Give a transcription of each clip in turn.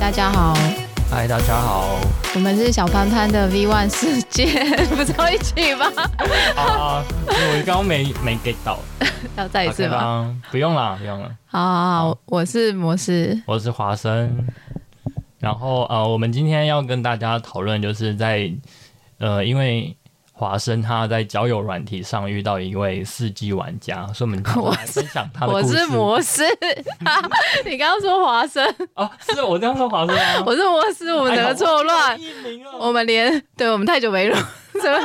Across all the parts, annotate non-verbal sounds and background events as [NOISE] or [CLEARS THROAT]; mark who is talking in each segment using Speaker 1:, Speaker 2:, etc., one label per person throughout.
Speaker 1: 大家好，
Speaker 2: 嗨，大家好。
Speaker 1: 我们是小潘潘的 V One 世界， [LAUGHS] 不凑一起吗？
Speaker 2: [LAUGHS] 啊，我刚刚没没 get 到，
Speaker 1: 要再一次
Speaker 2: OK
Speaker 1: 哎吗？
Speaker 2: 吧？不用啦，不用了。
Speaker 1: 好好好，我是摩斯。
Speaker 2: 我是华生。然后呃，我们今天要跟大家讨论，就是在呃，因为华生他在交友软体上遇到一位四 G 玩家，所以我
Speaker 1: [LAUGHS]
Speaker 2: 们今天来分享他的故
Speaker 1: 我
Speaker 2: 事。
Speaker 1: 是摩斯， [LAUGHS] 你刚刚说华生，
Speaker 2: 哦，是我这样说华生吗？
Speaker 1: [LAUGHS] 我是摩斯，我们整个错乱
Speaker 2: 哎，呦我第一名了
Speaker 1: 我们连对我们太久没录，怎么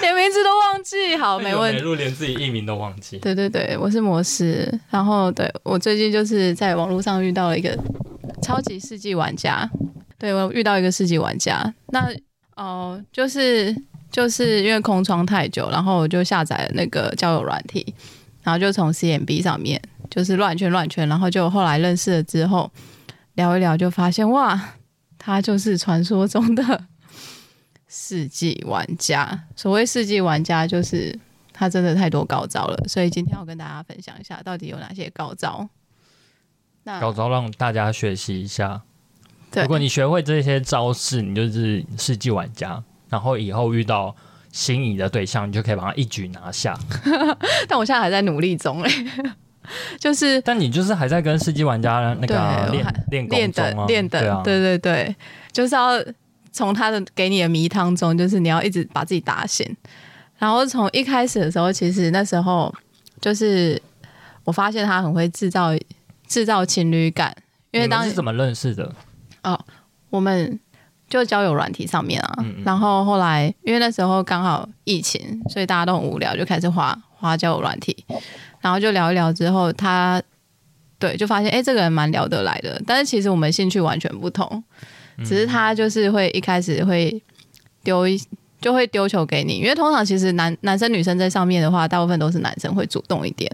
Speaker 1: 连名字都忘记？好，哦没问
Speaker 2: 太
Speaker 1: 题。
Speaker 2: 久没录，连自己艺名都忘记。
Speaker 1: 对对对，我是摩斯。然后对我最近就是在网络上遇到了一个超级世纪玩家，对我遇到一个世纪玩家。那哦、就是就是因为空窗太久，然后我就下载了那个交友软体，然后就从 CMB 上面就是乱圈乱圈，然后就后来认识了之后聊一聊，就发现哇，他就是传说中的世纪玩家。所谓世纪玩家，就是他真的太多高招了，所以今天要跟大家分享一下到底有哪些高招。那
Speaker 2: 高招让大家学习一下。
Speaker 1: 嗯对
Speaker 2: 如果你学会这些招式，你就是世纪玩家。然后以后遇到心仪的对象，你就可以把他一举拿下。
Speaker 1: 但我现在还在努力中哎、 [LAUGHS] 就是
Speaker 2: 但你就是还在跟世纪玩家那个啊
Speaker 1: 对我还
Speaker 2: 练练
Speaker 1: 练
Speaker 2: 功中
Speaker 1: 等
Speaker 2: 啊，
Speaker 1: 练
Speaker 2: 对
Speaker 1: 等，
Speaker 2: 啊，
Speaker 1: 对对对，就是要从他的给你的迷汤中，就是你要一直把自己打醒。然后从一开始的时候，其实那时候就是我发现他很会制造制造情侣感，因为
Speaker 2: 你们
Speaker 1: 当
Speaker 2: 是怎么认识的？
Speaker 1: 我们就交友软体上面啊，
Speaker 2: 嗯嗯
Speaker 1: 然后后来因为那时候刚好疫情，所以大家都很无聊，就开始滑滑交友软体，然后就聊一聊之后，他对就发现哎、诶这个人蛮聊得来的，但是其实我们兴趣完全不同，
Speaker 2: 嗯
Speaker 1: 只是他就是会一开始会丢一。就会丢球给你，因为通常其实男男生女生在上面的话，大部分都是男生会主动一点，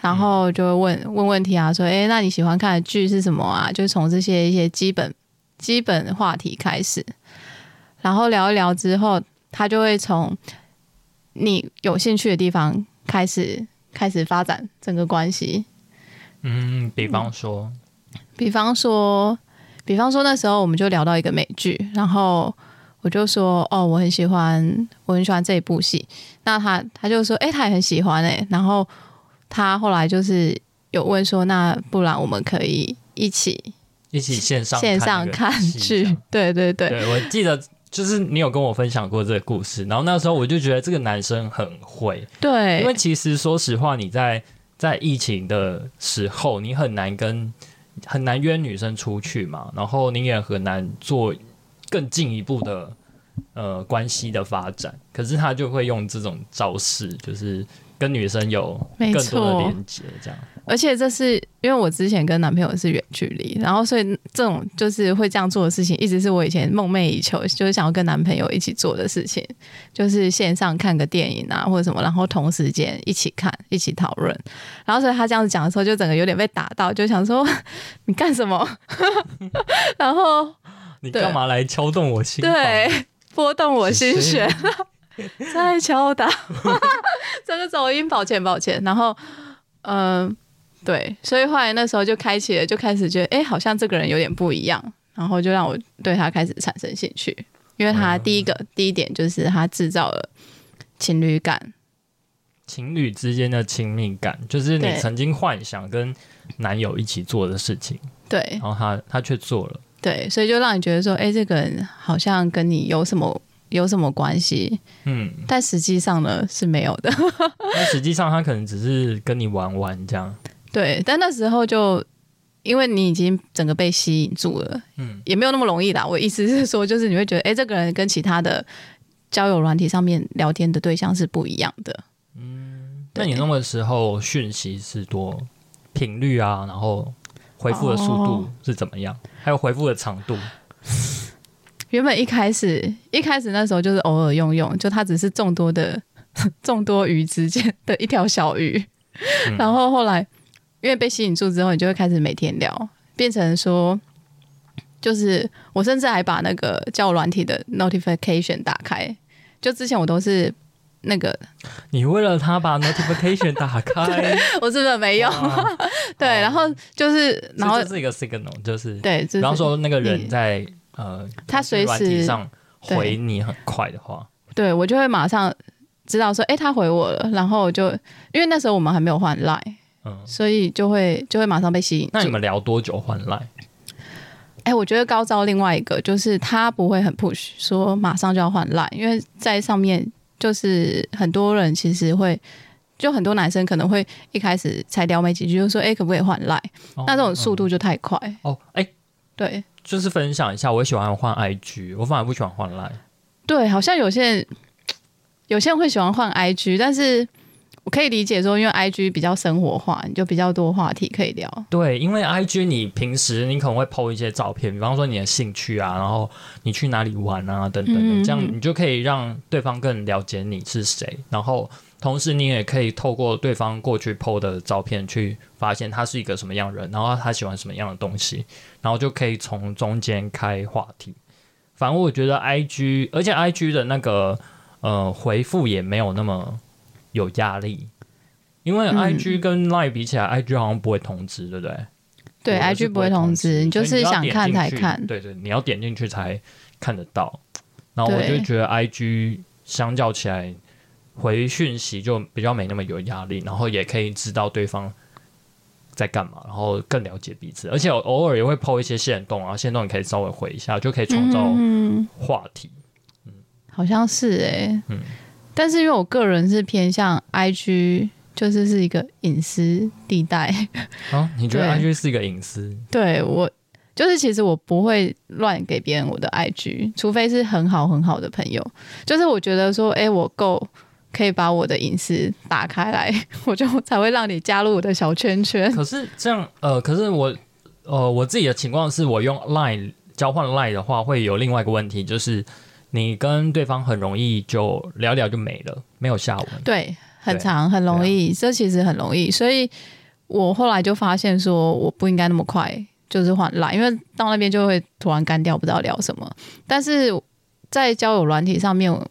Speaker 1: 然后就会问问问题啊，说，哎，那你喜欢看的剧是什么啊？就从这些一些基本基本话题开始，然后聊一聊之后，他就会从你有兴趣的地方开始开始发展整个关系。
Speaker 2: 嗯，比方说，
Speaker 1: 比方说，比方说那时候我们就聊到一个美剧，然后我就说哦，我很喜欢，我很喜欢这一部戏。那他他就说，哎、他也很喜欢哎、然后他后来就是有问说，那不然我们可以一起
Speaker 2: 一起线上
Speaker 1: 线上
Speaker 2: 那个
Speaker 1: 看
Speaker 2: 戏这
Speaker 1: 剧
Speaker 2: 样，
Speaker 1: 对对对。
Speaker 2: 对我记得。就是你有跟我分享过这个故事，然后那时候我就觉得这个男生很会，
Speaker 1: 对，
Speaker 2: 因为其实说实话，你在在疫情的时候，你很难跟很难约女生出去嘛，然后你也很难做更进一步的呃关系的发展。可是他就会用这种招式，就是跟女生有
Speaker 1: 没
Speaker 2: 更
Speaker 1: 错
Speaker 2: 多的连接，这样。
Speaker 1: 而且这是因为我之前跟男朋友是远距离，然后所以这种就是会这样做的事情，一直是我以前梦寐以求，就是想要跟男朋友一起做的事情，就是线上看个电影啊或者什么，然后同时间一起看、一起讨论。然后所以他这样子讲的时候，就整个有点被打到，就想说 [LAUGHS] 你干什么？ [LAUGHS] 然后
Speaker 2: 你
Speaker 1: 对
Speaker 2: 干嘛来敲动我心？
Speaker 1: 对，拨动我
Speaker 2: 是
Speaker 1: 心
Speaker 2: 谁
Speaker 1: 弦，在敲打， [LAUGHS] 这个走音，抱歉抱歉。然后，嗯、对，所以后来那时候就开启了，就开始觉得，哎、好像这个人有点不一样，然后就让我对他开始产生兴趣，因为他第一个、第一点就是他制造了情侣感，
Speaker 2: 情侣之间的亲密感，就是你
Speaker 1: 对
Speaker 2: 曾经幻想跟男友一起做的事情，
Speaker 1: 对
Speaker 2: 然后他他却做了。
Speaker 1: 对，所以就让你觉得说，哎、这个人好像跟你有什么有什么关系，
Speaker 2: 嗯，
Speaker 1: 但实际上呢是没有的。
Speaker 2: 那实际上他可能只是跟你玩玩这样。
Speaker 1: 对，但那时候就因为你已经整个被吸引住了，
Speaker 2: 嗯，
Speaker 1: 也没有那么容易啦。我意思是说，就是你会觉得，哎、这个人跟其他的交友软体上面聊天的对象是不一样的。
Speaker 2: 嗯那你那个时候讯息是多频率啊，然后回复的速度
Speaker 1: 哦
Speaker 2: 是怎么样？还有回复的长度，
Speaker 1: 原本一开始一开始那时候就是偶尔用用，就它只是众多的 [LAUGHS] 众多鱼之间的一条小鱼。
Speaker 2: 嗯
Speaker 1: 然后后来因为被吸引住之后，你就会开始每天聊，变成说。就是我甚至还把那个交友软体的 notification 打开，就之前我都是那个，
Speaker 2: 哦你为了他把 notification 打开，
Speaker 1: [LAUGHS] 我是不是没用？
Speaker 2: 哇
Speaker 1: 对，
Speaker 2: 哦
Speaker 1: 然后就是， [LAUGHS] 然后
Speaker 2: 这就是一个 signal，就是
Speaker 1: 对，就是
Speaker 2: 比方说那个
Speaker 1: 你
Speaker 2: 人在呃，
Speaker 1: 他随
Speaker 2: 软体
Speaker 1: 时
Speaker 2: 上
Speaker 1: 对
Speaker 2: 回你很快的话，
Speaker 1: 对我就会马上知道说，哎、他回我了，然后我就因为那时候我们还没有换 line，
Speaker 2: 嗯，
Speaker 1: 所以就会就会马上被吸引
Speaker 2: 那你
Speaker 1: 住。
Speaker 2: 们聊多久换来？
Speaker 1: 哎、我觉得高招另外一个就是他不会很 push 说马上就要换 line，因为在上面就是很多人其实会。就很多男生可能会一开始才聊没几句，就说：“哎、可不可以换 line？”
Speaker 2: 哦
Speaker 1: 那这种速
Speaker 2: 嗯
Speaker 1: 度就太快。
Speaker 2: 哦，哎，
Speaker 1: 对
Speaker 2: 就是分享一下，我喜欢换 IG，我反而不喜欢换 Line。
Speaker 1: 对，好像有些人有些人会喜欢换 IG，但是我可以理解说，因为 IG 比较生活化，你就比较多话题可以聊。
Speaker 2: 对，因为 IG 你平时你可能会 PO 一些照片，比方说你的兴趣啊，然后你去哪里玩啊等等
Speaker 1: 嗯嗯嗯
Speaker 2: 的，这样你就可以让对方更了解你是谁，然后同时你也可以透过对方过去 PO 的照片去发现他是一个什么样的人，然后他喜欢什么样的东西，然后就可以从中间开话题。反正我觉得 IG，而且 IG 的那个呃回复也没有那么有压力。因为
Speaker 1: 嗯
Speaker 2: I G 跟 Line 比起来、i G 好像不会通知，对不对？
Speaker 1: 对
Speaker 2: 我
Speaker 1: ，IG
Speaker 2: 是
Speaker 1: 不
Speaker 2: 不
Speaker 1: 会通知，
Speaker 2: 你
Speaker 1: 你就是
Speaker 2: 要
Speaker 1: 想
Speaker 2: 点
Speaker 1: 看
Speaker 2: 进
Speaker 1: 才
Speaker 2: 去
Speaker 1: 看。
Speaker 2: 对对，你要点进去才看得到。然后我
Speaker 1: 对
Speaker 2: 就觉得 IG 相较起来，回讯息就比较没那么有压力，然后也可以知道对方在干嘛，然后更了解彼此。而且我偶尔也会 PO 一些线动啊，线动你可以稍微回一下，就可以创造
Speaker 1: 嗯，
Speaker 2: 话题。
Speaker 1: 好像是哎、
Speaker 2: 嗯
Speaker 1: 但是因为我个人是偏向 IG，就是是一个隐私地带。
Speaker 2: 啊，你觉得
Speaker 1: 对
Speaker 2: IG 是一个隐私？
Speaker 1: 对我，就是其实我不会乱给别人我的 IG，除非是很好很好的朋友。就是我觉得说，哎、我够可以把我的隐私打开来， [LAUGHS] 我就才会让你加入我的小圈圈。 [LAUGHS]
Speaker 2: 可是这样，呃，可是我，呃，我自己的情况是我用 Line 交换 Line 的话，会有另外一个问题，就是你跟对方很容易就聊一聊就没了，没有下文。
Speaker 1: 对，很
Speaker 2: 对
Speaker 1: 长，很容
Speaker 2: 对啊
Speaker 1: 易，这其实很容易。所以我后来就发现说，我不应该那么快就是换赖，因为到那边就会突然干掉，不知道聊什么。但是在交友软体上面，我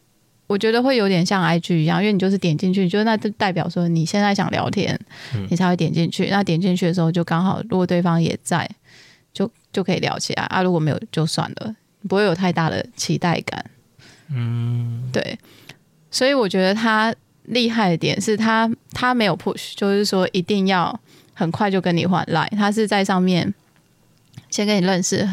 Speaker 1: 我觉得会有点像 IG 一样，因为你就是点进去，就是那就代表说你现在想聊天，
Speaker 2: 嗯
Speaker 1: 你才会点进去。那点进去的时候，就刚好如果对方也在，就就可以聊起来啊；如果没有，就算了，不会有太大的期待感。
Speaker 2: 嗯，
Speaker 1: 对，所以我觉得他厉害的点是他他没有 push，就是说一定要很快就跟你换来，他是在上面先跟你认识，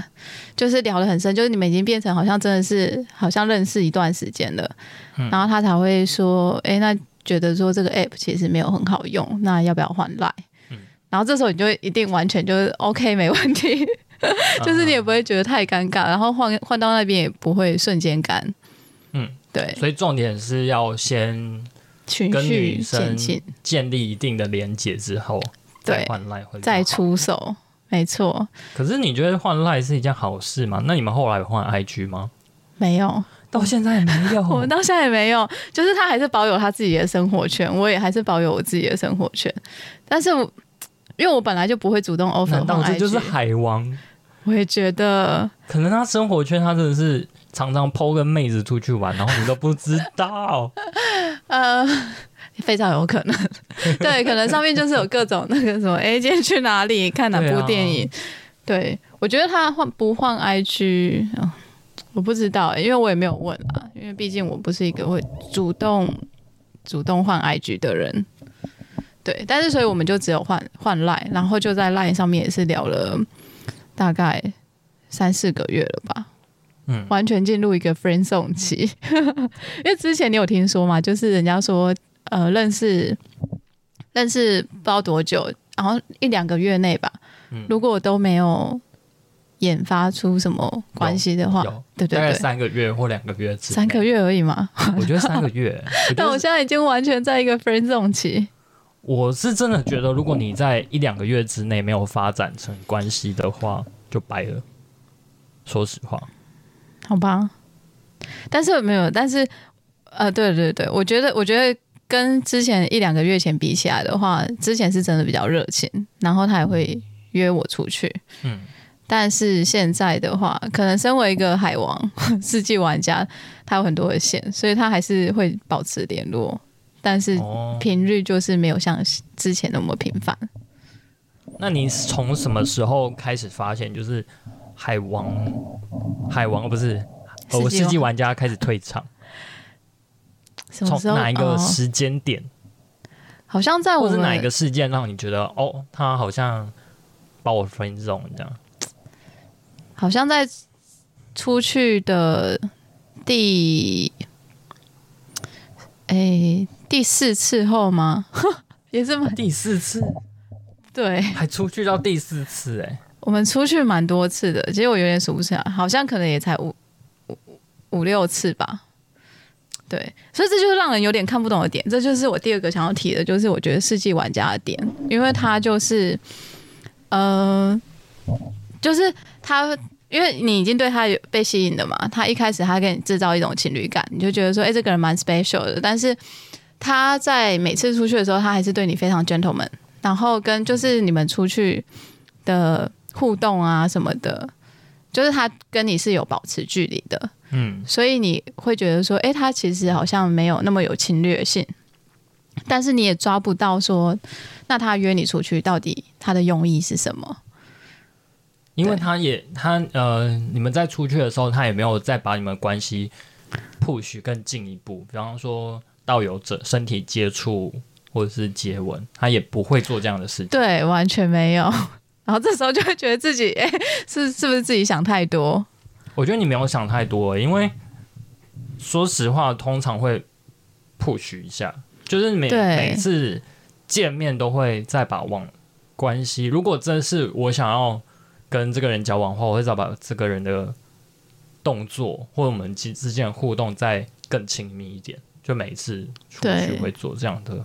Speaker 1: 就是聊得很深，就是你们已经变成好像真的是好像认识一段时间了，
Speaker 2: 嗯
Speaker 1: 然后他才会说，哎、那觉得说这个 app 其实没有很好用，那要不要换来？
Speaker 2: 嗯
Speaker 1: 然后这时候你就会一定完全就是 OK 没问
Speaker 2: [LAUGHS]
Speaker 1: 题， [LAUGHS] 就是你也不会觉得太尴尬，
Speaker 2: 啊
Speaker 1: 然后换换到那边也不会瞬间干，
Speaker 2: 嗯，
Speaker 1: 对，
Speaker 2: 所以重点是要先
Speaker 1: 循
Speaker 2: 跟
Speaker 1: 序
Speaker 2: 女
Speaker 1: 渐
Speaker 2: 生
Speaker 1: 进，
Speaker 2: 建立一定的连接之后，再
Speaker 1: 对，
Speaker 2: 换 Line 会比较
Speaker 1: 再
Speaker 2: 好。
Speaker 1: 出手，没错，
Speaker 2: 可是你觉得换 Line 是一件好事吗？那你们后来有换 IG 吗？
Speaker 1: 没有，
Speaker 2: 到现在也没有。
Speaker 1: [LAUGHS] 我们到现在也没有，就是他还是保有他自己的生活圈，我也还是保有我自己的生活圈，但是我因为我本来就不会主动 offer
Speaker 2: 难道
Speaker 1: 换
Speaker 2: 这就是
Speaker 1: IG
Speaker 2: 海王？
Speaker 1: 我也觉得
Speaker 2: 可能他生活圈他真的是常常抛跟妹子出去玩，然后你都不知道。
Speaker 1: 呃。非常有可能，对，可能上面就是有各种那个什么，哎、今天去哪里看哪
Speaker 2: 对
Speaker 1: 部
Speaker 2: 啊
Speaker 1: 电影？对,、我觉得他换不换 IG，、啊我不知道、因为我也没有问啊，因为毕竟我不是一个会主动主动换 IG 的人。对，但是所以我们就只有换换 Line，然后就在 Line 上面也是聊了大概三四个月了吧，
Speaker 2: 嗯，
Speaker 1: 完全进入一个 friend zone 期。 [LAUGHS] 因为之前你有听说嘛，就是人家说，呃，认识认识不知道多久，然后一两个月内吧，
Speaker 2: 嗯
Speaker 1: 如果都没有研发出什么关系的话，
Speaker 2: 有
Speaker 1: [LAUGHS] 对对
Speaker 2: 大概
Speaker 1: 对，
Speaker 2: 三个月或两个月之内
Speaker 1: 三个，月而已嘛。
Speaker 2: 我觉得三个
Speaker 1: [LAUGHS]
Speaker 2: 月。我
Speaker 1: 但
Speaker 2: 觉
Speaker 1: 我
Speaker 2: 得
Speaker 1: 现在已经完全在一个 friend zone 期，
Speaker 2: 我是真的觉得，如果你在一两个月之内没有发展成关系的话，就掰了。说实话，
Speaker 1: 好吧？但是没有，但是呃，对对对，我觉得我觉得跟之前一两个月前比起来的话，之前是真的比较热情，然后他也会约我出去，
Speaker 2: 嗯，
Speaker 1: 但是现在的话，可能身为一个海王 [LAUGHS] 世纪玩家，他有很多的线，所以他还是会保持联络，但是
Speaker 2: 哦，
Speaker 1: 频率就是没有像之前那么频繁。
Speaker 2: 那你从什么时候开始发现，就是海王，海王不是，呃我
Speaker 1: 世纪
Speaker 2: 世纪
Speaker 1: 王
Speaker 2: 玩家开始退场，
Speaker 1: 什么
Speaker 2: 从
Speaker 1: 时候？
Speaker 2: 哪一个
Speaker 1: 哦
Speaker 2: 时间点，
Speaker 1: 好像在我
Speaker 2: 或是
Speaker 1: 们
Speaker 2: 哪一个事件让你觉得，哦，他好像把我 friend zone 这样？
Speaker 1: 好像在出去的第，诶、第四次后吗？ [LAUGHS] 也是蛮
Speaker 2: 第四次
Speaker 1: 对，
Speaker 2: 还出去到第四次、哎，
Speaker 1: 我们出去蛮多次的，其实我有点数不清来，好像可能也才五五五六次吧。对，所以这就是让人有点看不懂的点，这就是我第二个想要提的，就是我觉得世纪玩家的点，因为他就是，呃，就是他，因为你已经对他有被吸引了嘛，他一开始他给你制造一种情侣感，你就觉得说，哎、这个人蛮 special 的，但是他在每次出去的时候，他还是对你非常 gentleman，然后跟就是你们出去的互动啊什么的，就是他跟你是有保持距离的，
Speaker 2: 嗯，
Speaker 1: 所以你会觉得说，诶，他其实好像没有那么有侵略性，但是你也抓不到说，那他约你出去到底他的用意是什么？
Speaker 2: 因为
Speaker 1: 对
Speaker 2: 他也他呃，你们在出去的时候，他也没有再把你们关系 push 更进一步，比方说到有者身体接触或者是接吻，他也不会做这样的事情。
Speaker 1: 对，完全没有。 [LAUGHS] 然后这时候就会觉得自己，诶，是是不是自己想太多？
Speaker 2: 我觉得你没有想太多，因为说实话，通常会 push 一下，就是每
Speaker 1: 对
Speaker 2: 每次见面都会再把往关系，如果真是我想要跟这个人交往的话，我会再把这个人的动作或我们之之间的互动再更亲密一点。就每一次出去
Speaker 1: 对
Speaker 2: 会做这样的，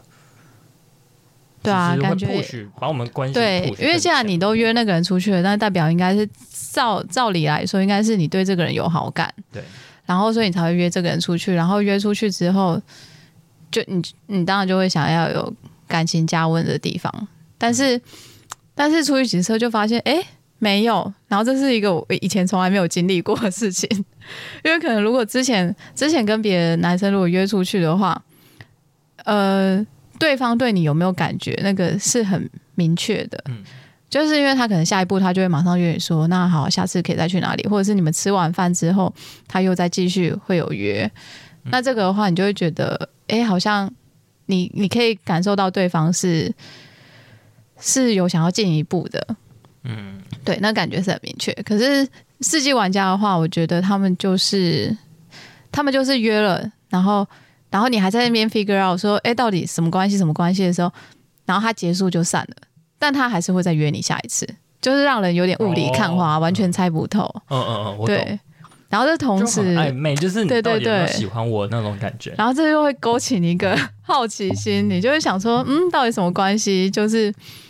Speaker 1: 对啊，
Speaker 2: 就是会
Speaker 1: 感觉
Speaker 2: push 把我们关系
Speaker 1: 对
Speaker 2: push，
Speaker 1: 因为
Speaker 2: 更
Speaker 1: 既然
Speaker 2: 前
Speaker 1: 你都约那个人出去了，那代表应该是照照理来说，应该是你对这个人有好感。
Speaker 2: 对
Speaker 1: 然后所以你才会约这个人出去，然后约出去之后，就你你当然就会想要有感情加温的地方，但
Speaker 2: 嗯
Speaker 1: 是但是出去几次后就发现，哎，没有，然后这是一个我以前从来没有经历过的事情， [LAUGHS] 因为可能如果之前之前跟别的男生如果约出去的话，呃，对方对你有没有感觉，那个是很明确的，
Speaker 2: 嗯
Speaker 1: 就是因为他可能下一步他就会马上约你说，那好，下次可以再去哪里，或者是你们吃完饭之后。他又再继续会有约，那这个的话，你就会觉得，哎、好像你你可以感受到对方是是有想要进一步的，
Speaker 2: 嗯
Speaker 1: 对，那感觉是很明确。可是世纪玩家的话，我觉得他们就是他们就是约了，然后然后你还在那边 figure out 说，哎、到底什么关系什么关系的时候，然后他结束就散了，但他还是会再约你下一次，就是让人有点雾里看花，
Speaker 2: 哦
Speaker 1: 完全猜不透。
Speaker 2: 嗯嗯嗯，我懂。
Speaker 1: 对，然后这同
Speaker 2: 就
Speaker 1: 时
Speaker 2: 很暧昧，就是你
Speaker 1: 对
Speaker 2: 到
Speaker 1: 对
Speaker 2: 底有没有
Speaker 1: 对
Speaker 2: 喜欢我那种感觉？
Speaker 1: 然后这就会勾起你一个 [LAUGHS] 好奇心，你就会想说，嗯，到底什么关系？就是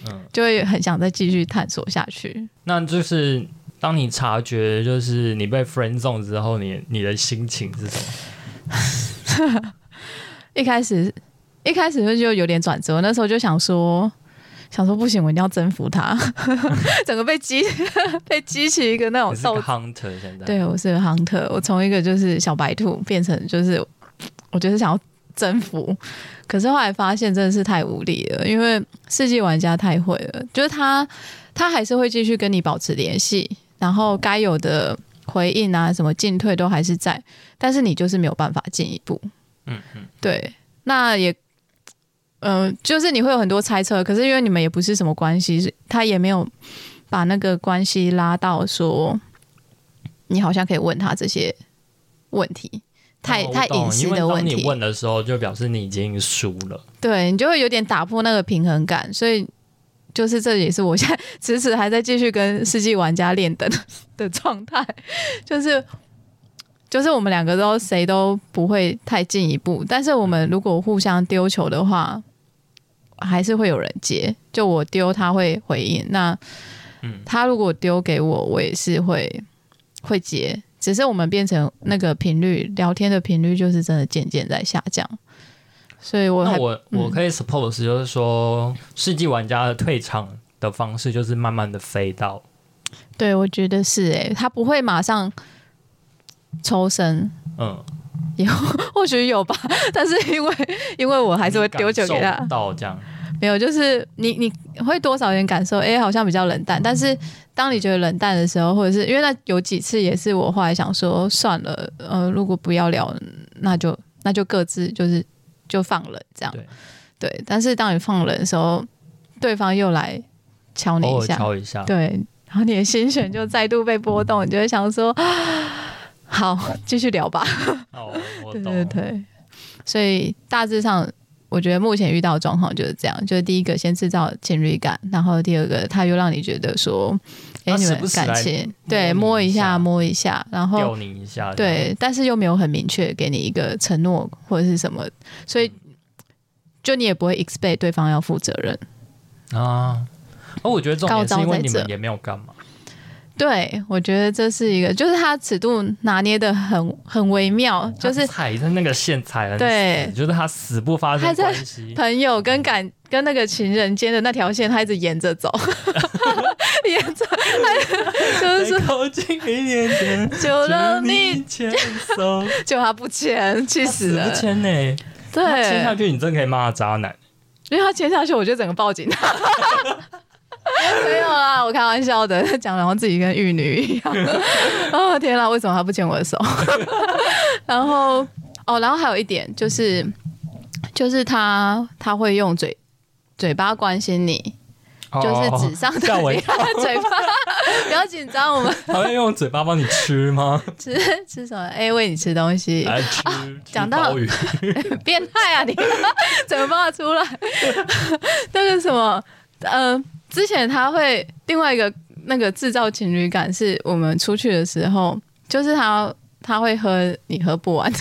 Speaker 2: 嗯，
Speaker 1: 就会很想再继续探索下去。
Speaker 2: 那就是当你察觉就是你被 friend zone 之后，你你的心情是什么？
Speaker 1: 一开始一开始就就有点转折，那时候就想说，想说不行，我一定要征服
Speaker 2: [LAUGHS]
Speaker 1: 他，整个被激 [LAUGHS] 被激起一个那种
Speaker 2: 你是
Speaker 1: 哦斗
Speaker 2: 个 hunter 现在？，
Speaker 1: 对，我是个 hunter，我从一个就是小白兔变成就是，我就是想要征服，可是后来发现真的是太无力了，因为世纪玩家太会了，就是他他还是会继续跟你保持联系，然后该有的回应啊什么进退都还是在，但是你就是没有办法进一步。
Speaker 2: 嗯嗯，
Speaker 1: 对，那也，嗯、就是你会有很多猜测，可是因为你们也不是什么关系，是他也没有把那个关系拉到说你好像可以问他这些问题，太、
Speaker 2: 哦我
Speaker 1: 太
Speaker 2: 懂
Speaker 1: 隐私
Speaker 2: 因
Speaker 1: 的
Speaker 2: 为当
Speaker 1: 问题。
Speaker 2: 你问的时候，就表示你已经输了。
Speaker 1: 对你就会有点打破那个平衡感，所以就是这也是我现在迟迟还在继续跟世纪玩家练等的状态，就是就是我们两个都谁都不会太进一步，但是我们如果互相丢球的话，还是会有人接，就我丢他会回应，那
Speaker 2: 嗯
Speaker 1: 他如果丢给我，我也是会会接。只是我们变成那个频率，聊天的频率就是真的渐渐在下降，所以我还嗯
Speaker 2: 那我我可以 suppose 就是说，世纪玩家的退场的方式就是慢慢的飞到
Speaker 1: 对，我觉得是哎、他不会马上抽身，
Speaker 2: 嗯，
Speaker 1: [LAUGHS] 或许有吧，但是因为因为我还是会丢球给
Speaker 2: 感
Speaker 1: 他
Speaker 2: 受，到这样，
Speaker 1: 没有，就是你你会多少有点感受，哎、好像比较冷淡。但是当你觉得冷淡的时候，或者是因为那有几次也是我后来想说算了，呃，如果不要聊，那就那就各自就是就放冷这样。
Speaker 2: 对
Speaker 1: 对，但是当你放冷的时候，对方又来敲你
Speaker 2: 偶
Speaker 1: 一
Speaker 2: 尔
Speaker 1: 下，
Speaker 2: 敲一下，
Speaker 1: 对，然后你的心弦就再度被波动，你就会想说，
Speaker 2: [LAUGHS]
Speaker 1: 啊好，继续聊吧。
Speaker 2: 哦，我
Speaker 1: 对
Speaker 2: 懂，
Speaker 1: 对对，所以大致上，我觉得目前遇到的状况就是这样，就是第一个先制造情侣感，然后第二个他又让你觉得说，哎、
Speaker 2: 他
Speaker 1: 你
Speaker 2: 时
Speaker 1: 们
Speaker 2: 不时
Speaker 1: 感
Speaker 2: 来
Speaker 1: 情
Speaker 2: 摸
Speaker 1: 对
Speaker 2: 你
Speaker 1: 摸
Speaker 2: 一
Speaker 1: 一
Speaker 2: 下
Speaker 1: 下摸一下，然后
Speaker 2: 吊你一下，这样，
Speaker 1: 对，但是又没有很明确给你一个承诺或者是什么，所以就你也不会 expect 对方要负责任。
Speaker 2: 啊，而我觉得重点是因为
Speaker 1: 高
Speaker 2: 你
Speaker 1: 招在
Speaker 2: 们
Speaker 1: 这
Speaker 2: 也没有干嘛，
Speaker 1: 对，我觉得这是一个，就是他尺度拿捏的很很微妙，就是
Speaker 2: 哦他踩在那个线踩了，
Speaker 1: 对
Speaker 2: 就是他死不发
Speaker 1: 他
Speaker 2: 生
Speaker 1: 在
Speaker 2: 关系，
Speaker 1: 朋友跟感跟那个情人间的那条线，他一直沿着
Speaker 2: [LAUGHS]
Speaker 1: 走，沿着，他就是
Speaker 2: 再靠近一点
Speaker 1: [LAUGHS]
Speaker 2: 点，
Speaker 1: 求了
Speaker 2: 请
Speaker 1: 你，
Speaker 2: 牵
Speaker 1: [LAUGHS]
Speaker 2: 手，
Speaker 1: 就他不签，气
Speaker 2: 他
Speaker 1: 死
Speaker 2: 死
Speaker 1: 了
Speaker 2: 不。牵呢，
Speaker 1: 对，
Speaker 2: 他牵下去你真可以骂他渣男，
Speaker 1: 因为他签下去，我就整个报警他。没有啦，我开玩笑的， [LAUGHS] 讲得好像自己跟玉女一样。 [LAUGHS] 哦天啦，为什么他不牵我的手？ [LAUGHS] 然后哦，然后还有一点就是，就是他他会用嘴嘴巴关心你，就是
Speaker 2: 哦
Speaker 1: 纸上的
Speaker 2: 吓我一跳
Speaker 1: [LAUGHS] 嘴巴，不要紧张，我们
Speaker 2: 他会用嘴巴帮你吃吗？
Speaker 1: 吃吃什么？哎、喂你吃东西，
Speaker 2: 来吃吃
Speaker 1: 讲到 [LAUGHS]
Speaker 2: 鲍鱼，
Speaker 1: 变态啊你！ [LAUGHS] 怎么办出来？ [LAUGHS] 那个什么，呃，之前他会另外一个那个制造情侣感，是我们出去的时候，就是他他会喝你喝不完的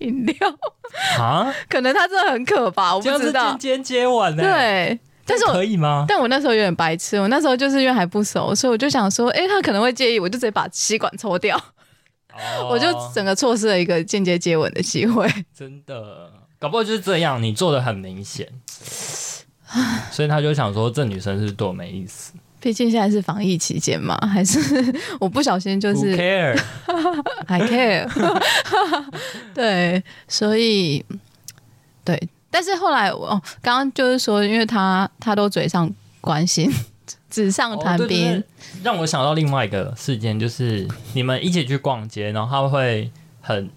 Speaker 1: 饮料， [LAUGHS]
Speaker 2: 啊，
Speaker 1: 可能他真的很渴吧，我不
Speaker 2: 这样
Speaker 1: 知
Speaker 2: 是
Speaker 1: 道
Speaker 2: 间。接接吻呢、
Speaker 1: 对，但是我
Speaker 2: 可以吗？
Speaker 1: 但我那时候有点白痴，我那时候就是因为还不熟，所以我就想说，哎、他可能会介意，我就直接把吸管抽掉，
Speaker 2: 哦
Speaker 1: 我就整个错失了一个间接接吻的机会。
Speaker 2: 真的，搞不好就是这样，你做的很明显，所以他就想说这女生是对我没意思、
Speaker 1: 毕竟现在是防疫期间嘛，还是我不小心就
Speaker 2: w h o
Speaker 1: 是
Speaker 2: care？
Speaker 1: I care，对， [LAUGHS] 所以对，但是后来我哦，刚刚就是说，因为他他都嘴上关心，纸上谈
Speaker 2: 哦对对
Speaker 1: 兵，
Speaker 2: 对让我想到另外一个事件，就是你们一起去逛街，然后他会很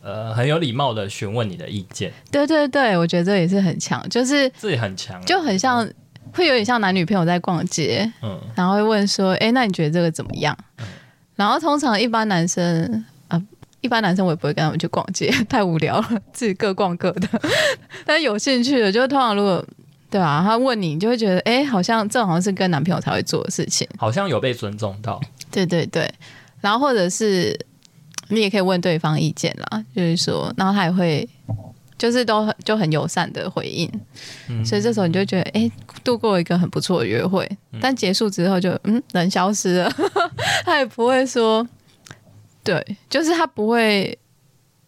Speaker 2: 呃很有礼貌的询问你的意见，
Speaker 1: 对对对，我觉得这也是很强，就是
Speaker 2: 这也很强，啊
Speaker 1: 就很像，会有点像男女朋友在逛街，
Speaker 2: 嗯，
Speaker 1: 然后会问说：“哎、那你觉得这个怎么样？”然后通常一般男生啊，一般男生我也不会跟他们去逛街， [LAUGHS] 太无聊了，自己各逛各的。 [LAUGHS] 但有兴趣的，就通常如果对啊，他问你，你就会觉得哎、诶好像这好像是跟男朋友才会做的事情。
Speaker 2: 好像有被尊重到，
Speaker 1: 对对对，然后或者是你也可以问对方意见啦，就是说，然后他也会。就是都很就很友善的回应，
Speaker 2: 嗯，
Speaker 1: 所以这时候你就觉得，哎、度过一个很不错的约会，
Speaker 2: 嗯
Speaker 1: 但结束之后就，嗯，人消失了， [LAUGHS] 他也不会说，对，就是他不会，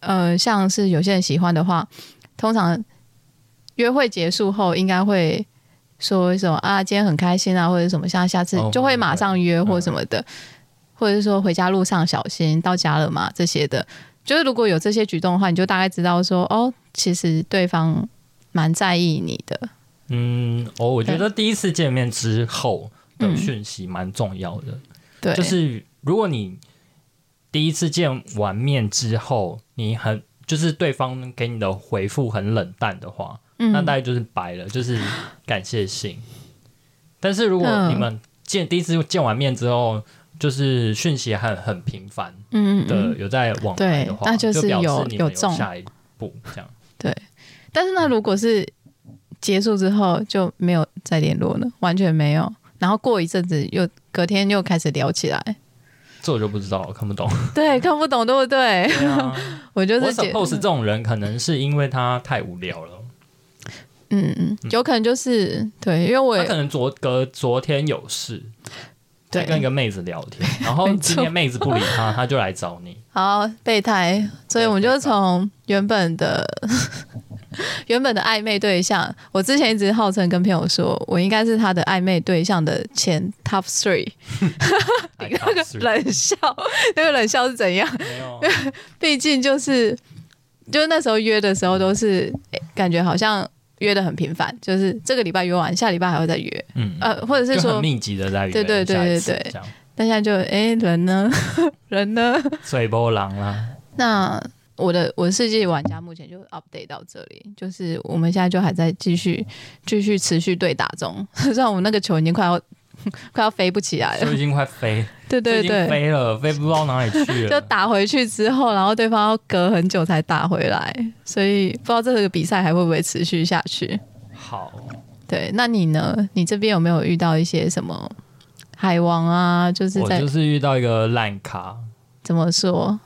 Speaker 1: 呃，像是有些人喜欢的话，通常约会结束后应该会说什么啊，今天很开心啊，或者什么，像下次
Speaker 2: 哦嗯
Speaker 1: 就会马上约或什么的，或者是说回家路上小心，到家了嘛这些的，就是如果有这些举动的话，你就大概知道说，哦，其实对方蛮在意你的，
Speaker 2: 嗯，哦，我觉
Speaker 1: 对
Speaker 2: 得第一次见面之后的
Speaker 1: 嗯
Speaker 2: 讯息蛮重要的，
Speaker 1: 对，
Speaker 2: 就是如果你第一次见完面之后，你很就是对方给你的回复很冷淡的话，
Speaker 1: 嗯
Speaker 2: 那大概就是白了，就是感谢信。但是如果
Speaker 1: 嗯
Speaker 2: 你们见第一次见完面之后，就是讯息还很很频繁
Speaker 1: 嗯嗯
Speaker 2: 的、
Speaker 1: 嗯，
Speaker 2: 有在往来的话，
Speaker 1: 对那
Speaker 2: 就
Speaker 1: 就是
Speaker 2: 表示
Speaker 1: 有
Speaker 2: 你们
Speaker 1: 有
Speaker 2: 有
Speaker 1: 中
Speaker 2: 下一步这样。
Speaker 1: 但是那如果是结束之后就没有再联络了，完全没有，然后过一阵子又隔天又开始聊起
Speaker 2: [LAUGHS]
Speaker 1: 来，
Speaker 2: 这我就不知道了，看不懂。
Speaker 1: 对，看不懂对不对？
Speaker 2: 对啊，
Speaker 1: 我就
Speaker 2: [LAUGHS] 我
Speaker 1: 是解
Speaker 2: suppose 这种人可能是因为他太无聊了，
Speaker 1: 嗯嗯，有可能就是对，因为我
Speaker 2: 他
Speaker 1: 也
Speaker 2: 可能昨隔昨天有事，在
Speaker 1: 对
Speaker 2: 跟一个妹子聊
Speaker 1: [LAUGHS]
Speaker 2: 天，然后
Speaker 1: 没错
Speaker 2: 今天妹子不理
Speaker 1: [LAUGHS]
Speaker 2: 他，他就来找你。嗯
Speaker 1: 好备胎，所以我们就从原本的 [LAUGHS] 原本的暧昧对象，我之前一直号称跟朋友说，我应该是他的暧昧对象的前 top three。
Speaker 2: 哎
Speaker 1: 那个冷笑，那个冷笑是怎样？
Speaker 2: 没有，啊
Speaker 1: 毕竟就是，就是那时候约的时候都是、诶感觉好像约的很频繁，就是这个礼拜约完，下礼拜还会再约， [LAUGHS]
Speaker 2: 嗯，
Speaker 1: 呃，或者是
Speaker 2: 就
Speaker 1: 说
Speaker 2: 很，密集的在约
Speaker 1: 对对对
Speaker 2: 下一次
Speaker 1: 对对
Speaker 2: 这样，
Speaker 1: 但现在就诶，人呢， [LAUGHS] 人呢？
Speaker 2: 水波浪啦，
Speaker 1: 那我的我的世纪玩家目前就 update 到这里，就是我们现在就还在继续继续持续对打中， [LAUGHS] 虽然我们那个球已经快要 [LAUGHS] 快要飞不起来
Speaker 2: 就
Speaker 1: 了
Speaker 2: 已，经快飞，
Speaker 1: 对 [LAUGHS] 对
Speaker 2: 就已经
Speaker 1: 对，
Speaker 2: 飞了，飞不到哪里去
Speaker 1: 就
Speaker 2: 了。
Speaker 1: 打回去之后，然后对方要隔很久才打回来，所以不知道这个比赛还会不会持续下去。
Speaker 2: 好，
Speaker 1: 对，那你呢？你这边有没有遇到一些什么海王啊？就是
Speaker 2: 我
Speaker 1: 在
Speaker 2: 就是遇到一个烂咖，
Speaker 1: 怎么说？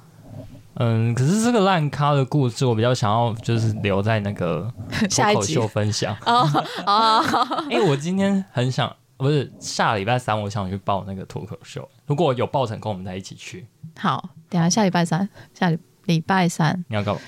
Speaker 2: 嗯，可是这个烂咖的故事，我比较想要就是留在那个
Speaker 1: 下
Speaker 2: 脱
Speaker 1: 一
Speaker 2: 口
Speaker 1: 集
Speaker 2: 秀分享。
Speaker 1: 哦哦，
Speaker 2: [LAUGHS] 哎、我今天很想，不是下礼拜三，我想去报那个脱口秀。如果有报成功，我们再一起去。
Speaker 1: 好，等一下下礼拜三，下礼礼拜三，
Speaker 2: 你要干嘛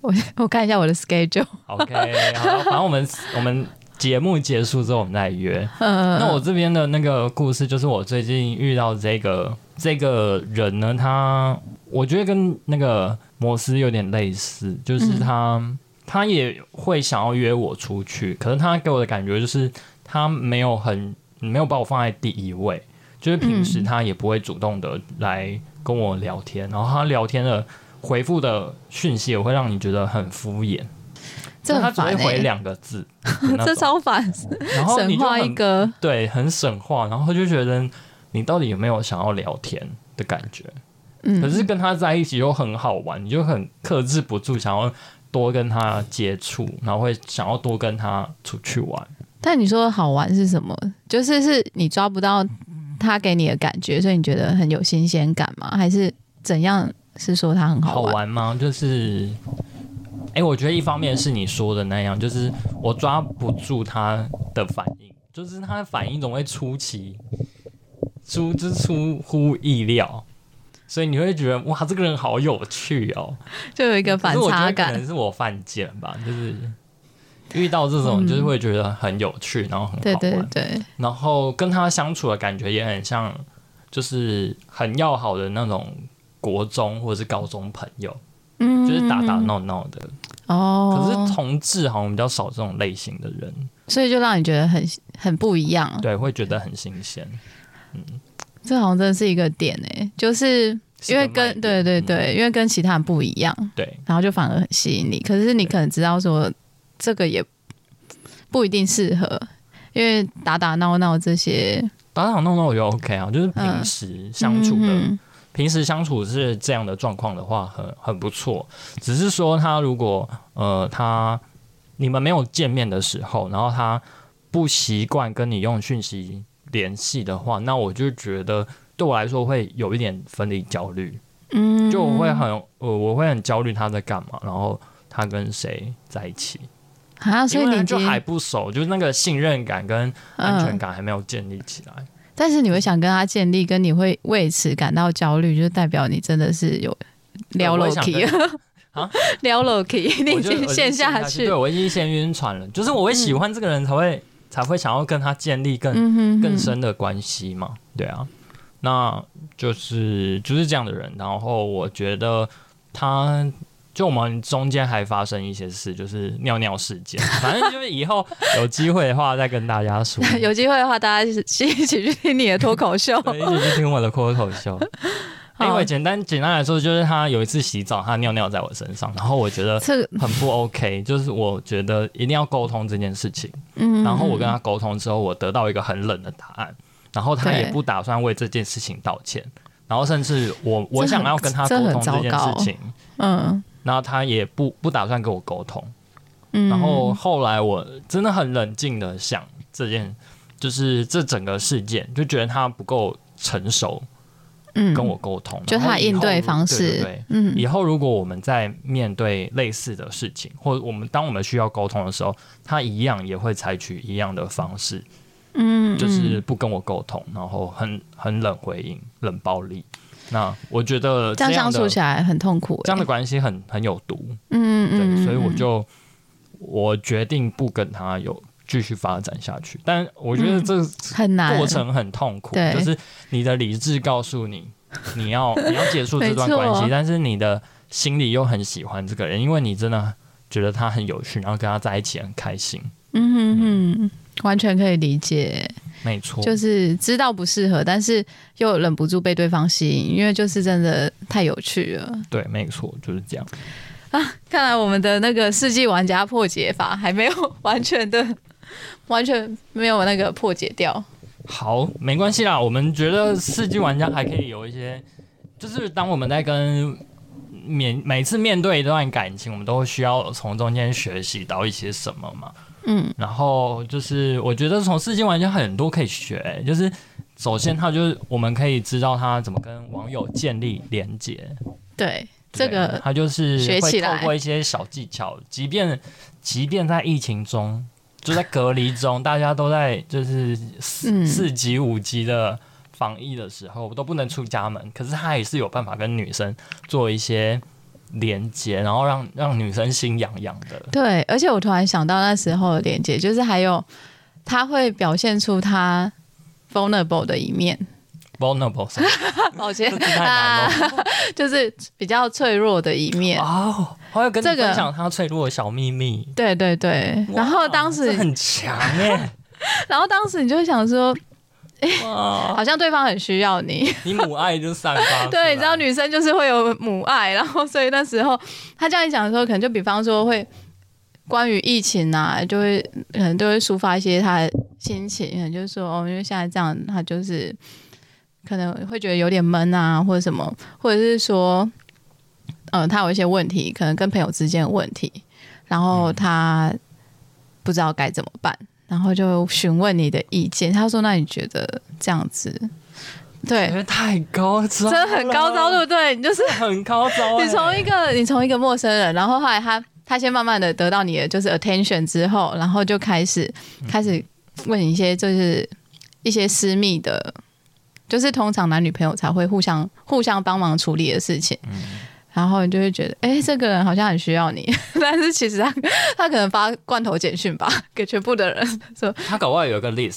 Speaker 1: 我我看一下我的 schedule。
Speaker 2: ？OK，好，反正我们我们节目结束之后，我们再约。那我这边的那个故事，就是我最近遇到这个这个人呢，他我觉得跟那个摩斯有点类似，就是他、他也会想要约我出去，可是他给我的感觉就是他没有很没有把我放在第一位，就是平时他也不会主动的来跟我聊天，然后他聊天的回复的讯息也会让你觉得很敷衍，
Speaker 1: 这
Speaker 2: 他
Speaker 1: 很
Speaker 2: 只会
Speaker 1: 烦
Speaker 2: 回
Speaker 1: 欸，
Speaker 2: 两个字的
Speaker 1: [LAUGHS]
Speaker 2: 那
Speaker 1: 这
Speaker 2: 种，
Speaker 1: 超烦，
Speaker 2: 然后你
Speaker 1: 神
Speaker 2: 就
Speaker 1: 话
Speaker 2: 很
Speaker 1: 一个。
Speaker 2: 对，很省话，然后就觉得你到底有没有想要聊天的感觉？
Speaker 1: 嗯
Speaker 2: 可是跟他在一起又很好玩，你就很克制不住，想要多跟他接触，然后会想要多跟他出去玩。
Speaker 1: 但你说好玩是什么？就是是你抓不到他给你的感觉，所以你觉得很有新鲜感吗？还是怎样？是说他很好
Speaker 2: 好
Speaker 1: 玩？
Speaker 2: 玩吗？就是，哎、我觉得一方面是你说的那样，就是我抓不住他的反应，就是他的反应总会出奇，出之出乎意料，所以你会觉得哇，这个人好有趣哦。
Speaker 1: 就有一个反
Speaker 2: 可是我觉
Speaker 1: 差
Speaker 2: 得可
Speaker 1: 感。
Speaker 2: 能是我犯贱吧，就是遇到这种就是会觉得很有趣，然后很好玩，
Speaker 1: 嗯对对对，
Speaker 2: 然后跟他相处的感觉也很像，就是很要好的那种国中或者是高中朋友，
Speaker 1: 嗯，
Speaker 2: 就是打打闹闹的。可
Speaker 1: 哦
Speaker 2: 是，同志好像比较少这种类型的人，
Speaker 1: 所以就让你觉得很很不一样。
Speaker 2: 对，会觉得很新鲜，
Speaker 1: 这好像真的是一个点诶、就是
Speaker 2: 是
Speaker 1: 因为
Speaker 2: 个卖
Speaker 1: 跟对
Speaker 2: 点
Speaker 1: 对
Speaker 2: 嗯
Speaker 1: 对，因为跟其他人不一样，
Speaker 2: 对
Speaker 1: 然后就反而很吸引你。可是你可能知道说这个也不一定适合，因为打打闹闹这些
Speaker 2: 打打闹闹我觉得 OK 啊，就是平时相处的。
Speaker 1: 嗯
Speaker 2: 平时相处是这样的状况的话，很很不错。只是说他如果呃他你们没有见面的时候，然后他不习惯跟你用讯息联系的话，那我就觉得对我来说会有一点分离焦虑，
Speaker 1: 嗯，
Speaker 2: 就我会很呃我会很焦虑他在干嘛，然后他跟谁在一起，
Speaker 1: 啊，所以
Speaker 2: 因为
Speaker 1: 你
Speaker 2: 他就
Speaker 1: 今天
Speaker 2: 还不熟，就是那个信任感跟安全
Speaker 1: 嗯，
Speaker 2: 感还没有建立起来。
Speaker 1: 但是你会想跟他建立，跟你会为此感到焦虑，就代表你真的是有撩
Speaker 2: 呃我会
Speaker 1: l
Speaker 2: 想
Speaker 1: k
Speaker 2: 跟 [LAUGHS]
Speaker 1: [LAUGHS]
Speaker 2: 啊
Speaker 1: 撩 l k 你
Speaker 2: 我
Speaker 1: 已
Speaker 2: 就我
Speaker 1: 经
Speaker 2: 就
Speaker 1: 陷
Speaker 2: 下
Speaker 1: 下去
Speaker 2: 对，，我已经先晕船了。就是我会喜欢这个人才会、才会想要跟他建立更、
Speaker 1: 嗯哼哼
Speaker 2: 更深的关系嘛。对啊，那就是就是这样的人。然后我觉得他。就我们中间还发生一些事，就是尿尿事件，反正就是以后有机会的话再跟大家说，
Speaker 1: [LAUGHS] 有机会的话，大家一起一起去听你的脱口秀。
Speaker 2: 对，一起去听我的脱
Speaker 1: [LAUGHS]
Speaker 2: 口秀。
Speaker 1: 好
Speaker 2: 因为简单简单来说，就是他有一次洗澡，他尿尿在我身上，然后我觉得
Speaker 1: 这个，
Speaker 2: 很不 OK，就是我觉得一定要沟通这件事情。
Speaker 1: 嗯，
Speaker 2: 然后我跟他沟通之后，我得到一个很冷的答案，然后他
Speaker 1: 对
Speaker 2: 也不打算为这件事情道歉，然后甚至我我
Speaker 1: 这
Speaker 2: 想
Speaker 1: 很
Speaker 2: 要跟他
Speaker 1: 这
Speaker 2: 沟
Speaker 1: 很
Speaker 2: 通这
Speaker 1: 糟
Speaker 2: 件
Speaker 1: 糕
Speaker 2: 事情，
Speaker 1: 嗯
Speaker 2: 然后他也不不打算跟我沟通。
Speaker 1: 嗯，
Speaker 2: 然后后来我真的很冷静的想这件，就是这整个事件，就觉得他不够成熟
Speaker 1: 嗯
Speaker 2: 跟我沟通，
Speaker 1: 就
Speaker 2: 然后
Speaker 1: 他
Speaker 2: 以
Speaker 1: 应
Speaker 2: 后
Speaker 1: 对方
Speaker 2: 对对
Speaker 1: 式
Speaker 2: 对，
Speaker 1: 嗯
Speaker 2: 以后如果我们在面对类似的事情，或者我们当我们需要沟通的时候，他一样也会采取一样的方式，
Speaker 1: 嗯，
Speaker 2: 就是不跟我沟通，然后很很冷回应、冷暴力。那我觉得
Speaker 1: 这样
Speaker 2: 样
Speaker 1: 相
Speaker 2: 的
Speaker 1: 处起来很痛苦欸，
Speaker 2: 这样的关系很很有毒，
Speaker 1: 嗯，嗯
Speaker 2: 对，
Speaker 1: 嗯，
Speaker 2: 所以我
Speaker 1: 嗯
Speaker 2: 就我决定不跟他有继续发展下去。但我觉得
Speaker 1: 嗯
Speaker 2: 这
Speaker 1: 很难
Speaker 2: 过程很痛苦，
Speaker 1: 哎对
Speaker 2: 就是你的理智告诉你你要 [LAUGHS] 你要结束这段
Speaker 1: 没错
Speaker 2: 关系，但是你的心里又很喜欢这个人，因为你真的觉得他很有趣，然后跟他在一起很开心。
Speaker 1: 嗯哼哼，完全可以理解，
Speaker 2: 没错，
Speaker 1: 就是知道不适合，但是又忍不住被对方吸引，因为就是真的太有趣了。
Speaker 2: 对，没错，就是这样。
Speaker 1: 看来我们的那个世纪玩家破解法还没有完全的，完全没有那个破解掉。
Speaker 2: 好，没关系啦。我们觉得四季玩家还可以有一些，就是当我们在跟面每次面对一段感情，我们都需要从中间学习到一些什么嘛。
Speaker 1: 嗯，
Speaker 2: 然后就是我觉得从四季玩家很多可以学、欸就是首先他就是我们可以知道他怎么跟网友建立连接，
Speaker 1: 对，这
Speaker 2: 对
Speaker 1: 个
Speaker 2: 他就是
Speaker 1: 学
Speaker 2: 会
Speaker 1: 起
Speaker 2: 透
Speaker 1: 来
Speaker 2: 过一些小技巧，即便即便在疫情中，就在隔离中，大家都在就是四、
Speaker 1: 嗯
Speaker 2: 四级五级的防疫的时候，都不能出家门，可是他也是有办法跟女生做一些连接，然后让让女生心痒痒的。
Speaker 1: 对，而且我突然想到那时候的连接，就是还有他会表现出他 vulnerable 的一
Speaker 2: [LAUGHS]
Speaker 1: 面，
Speaker 2: vulnerable，什么
Speaker 1: [LAUGHS] 抱歉
Speaker 2: 这，太 [LAUGHS] 难了。
Speaker 1: 就是比较脆弱的一面。
Speaker 2: 哦，我要跟你
Speaker 1: 这个
Speaker 2: 分享他脆弱的小秘密。
Speaker 1: 对对对， [LAUGHS] 然后
Speaker 2: 哇
Speaker 1: 当时
Speaker 2: 这，很强
Speaker 1: [LAUGHS]
Speaker 2: 哎、
Speaker 1: 然后当时你就会想说，
Speaker 2: 哇，
Speaker 1: 好像对方很需要你，
Speaker 2: 你母爱就散发出
Speaker 1: 对，
Speaker 2: 来
Speaker 1: 你知道女生就是会有母爱，然后所以那时候他这样一讲的时候，可能就比方说会关于疫情啊，就会可能就会抒发一些他的心情，可能就是说哦，因为现在这样，他就是可能会觉得有点闷啊，或者什么，或者是说，呃，他有一些问题，可能跟朋友之间的问题，然后他不知道该怎么办。然后就询问你的意见，他说：“那你觉得这样子，对
Speaker 2: 觉，得太高招，
Speaker 1: 真的很高招，对，不对？你就是
Speaker 2: 很高招、欸。
Speaker 1: 你从一个你从一个陌生人，然后后来他他先慢慢的得到你的就是 attention 之后，然后就开始开始问你一些就是一些私密的，就是通常男女朋友才会互相互相帮忙处理的事情。然后你就会觉得，哎、这个人好像很需要你， [LAUGHS] 但是其实他他可能发罐头简讯吧，给全部的人。
Speaker 2: 他搞不好有一个 list，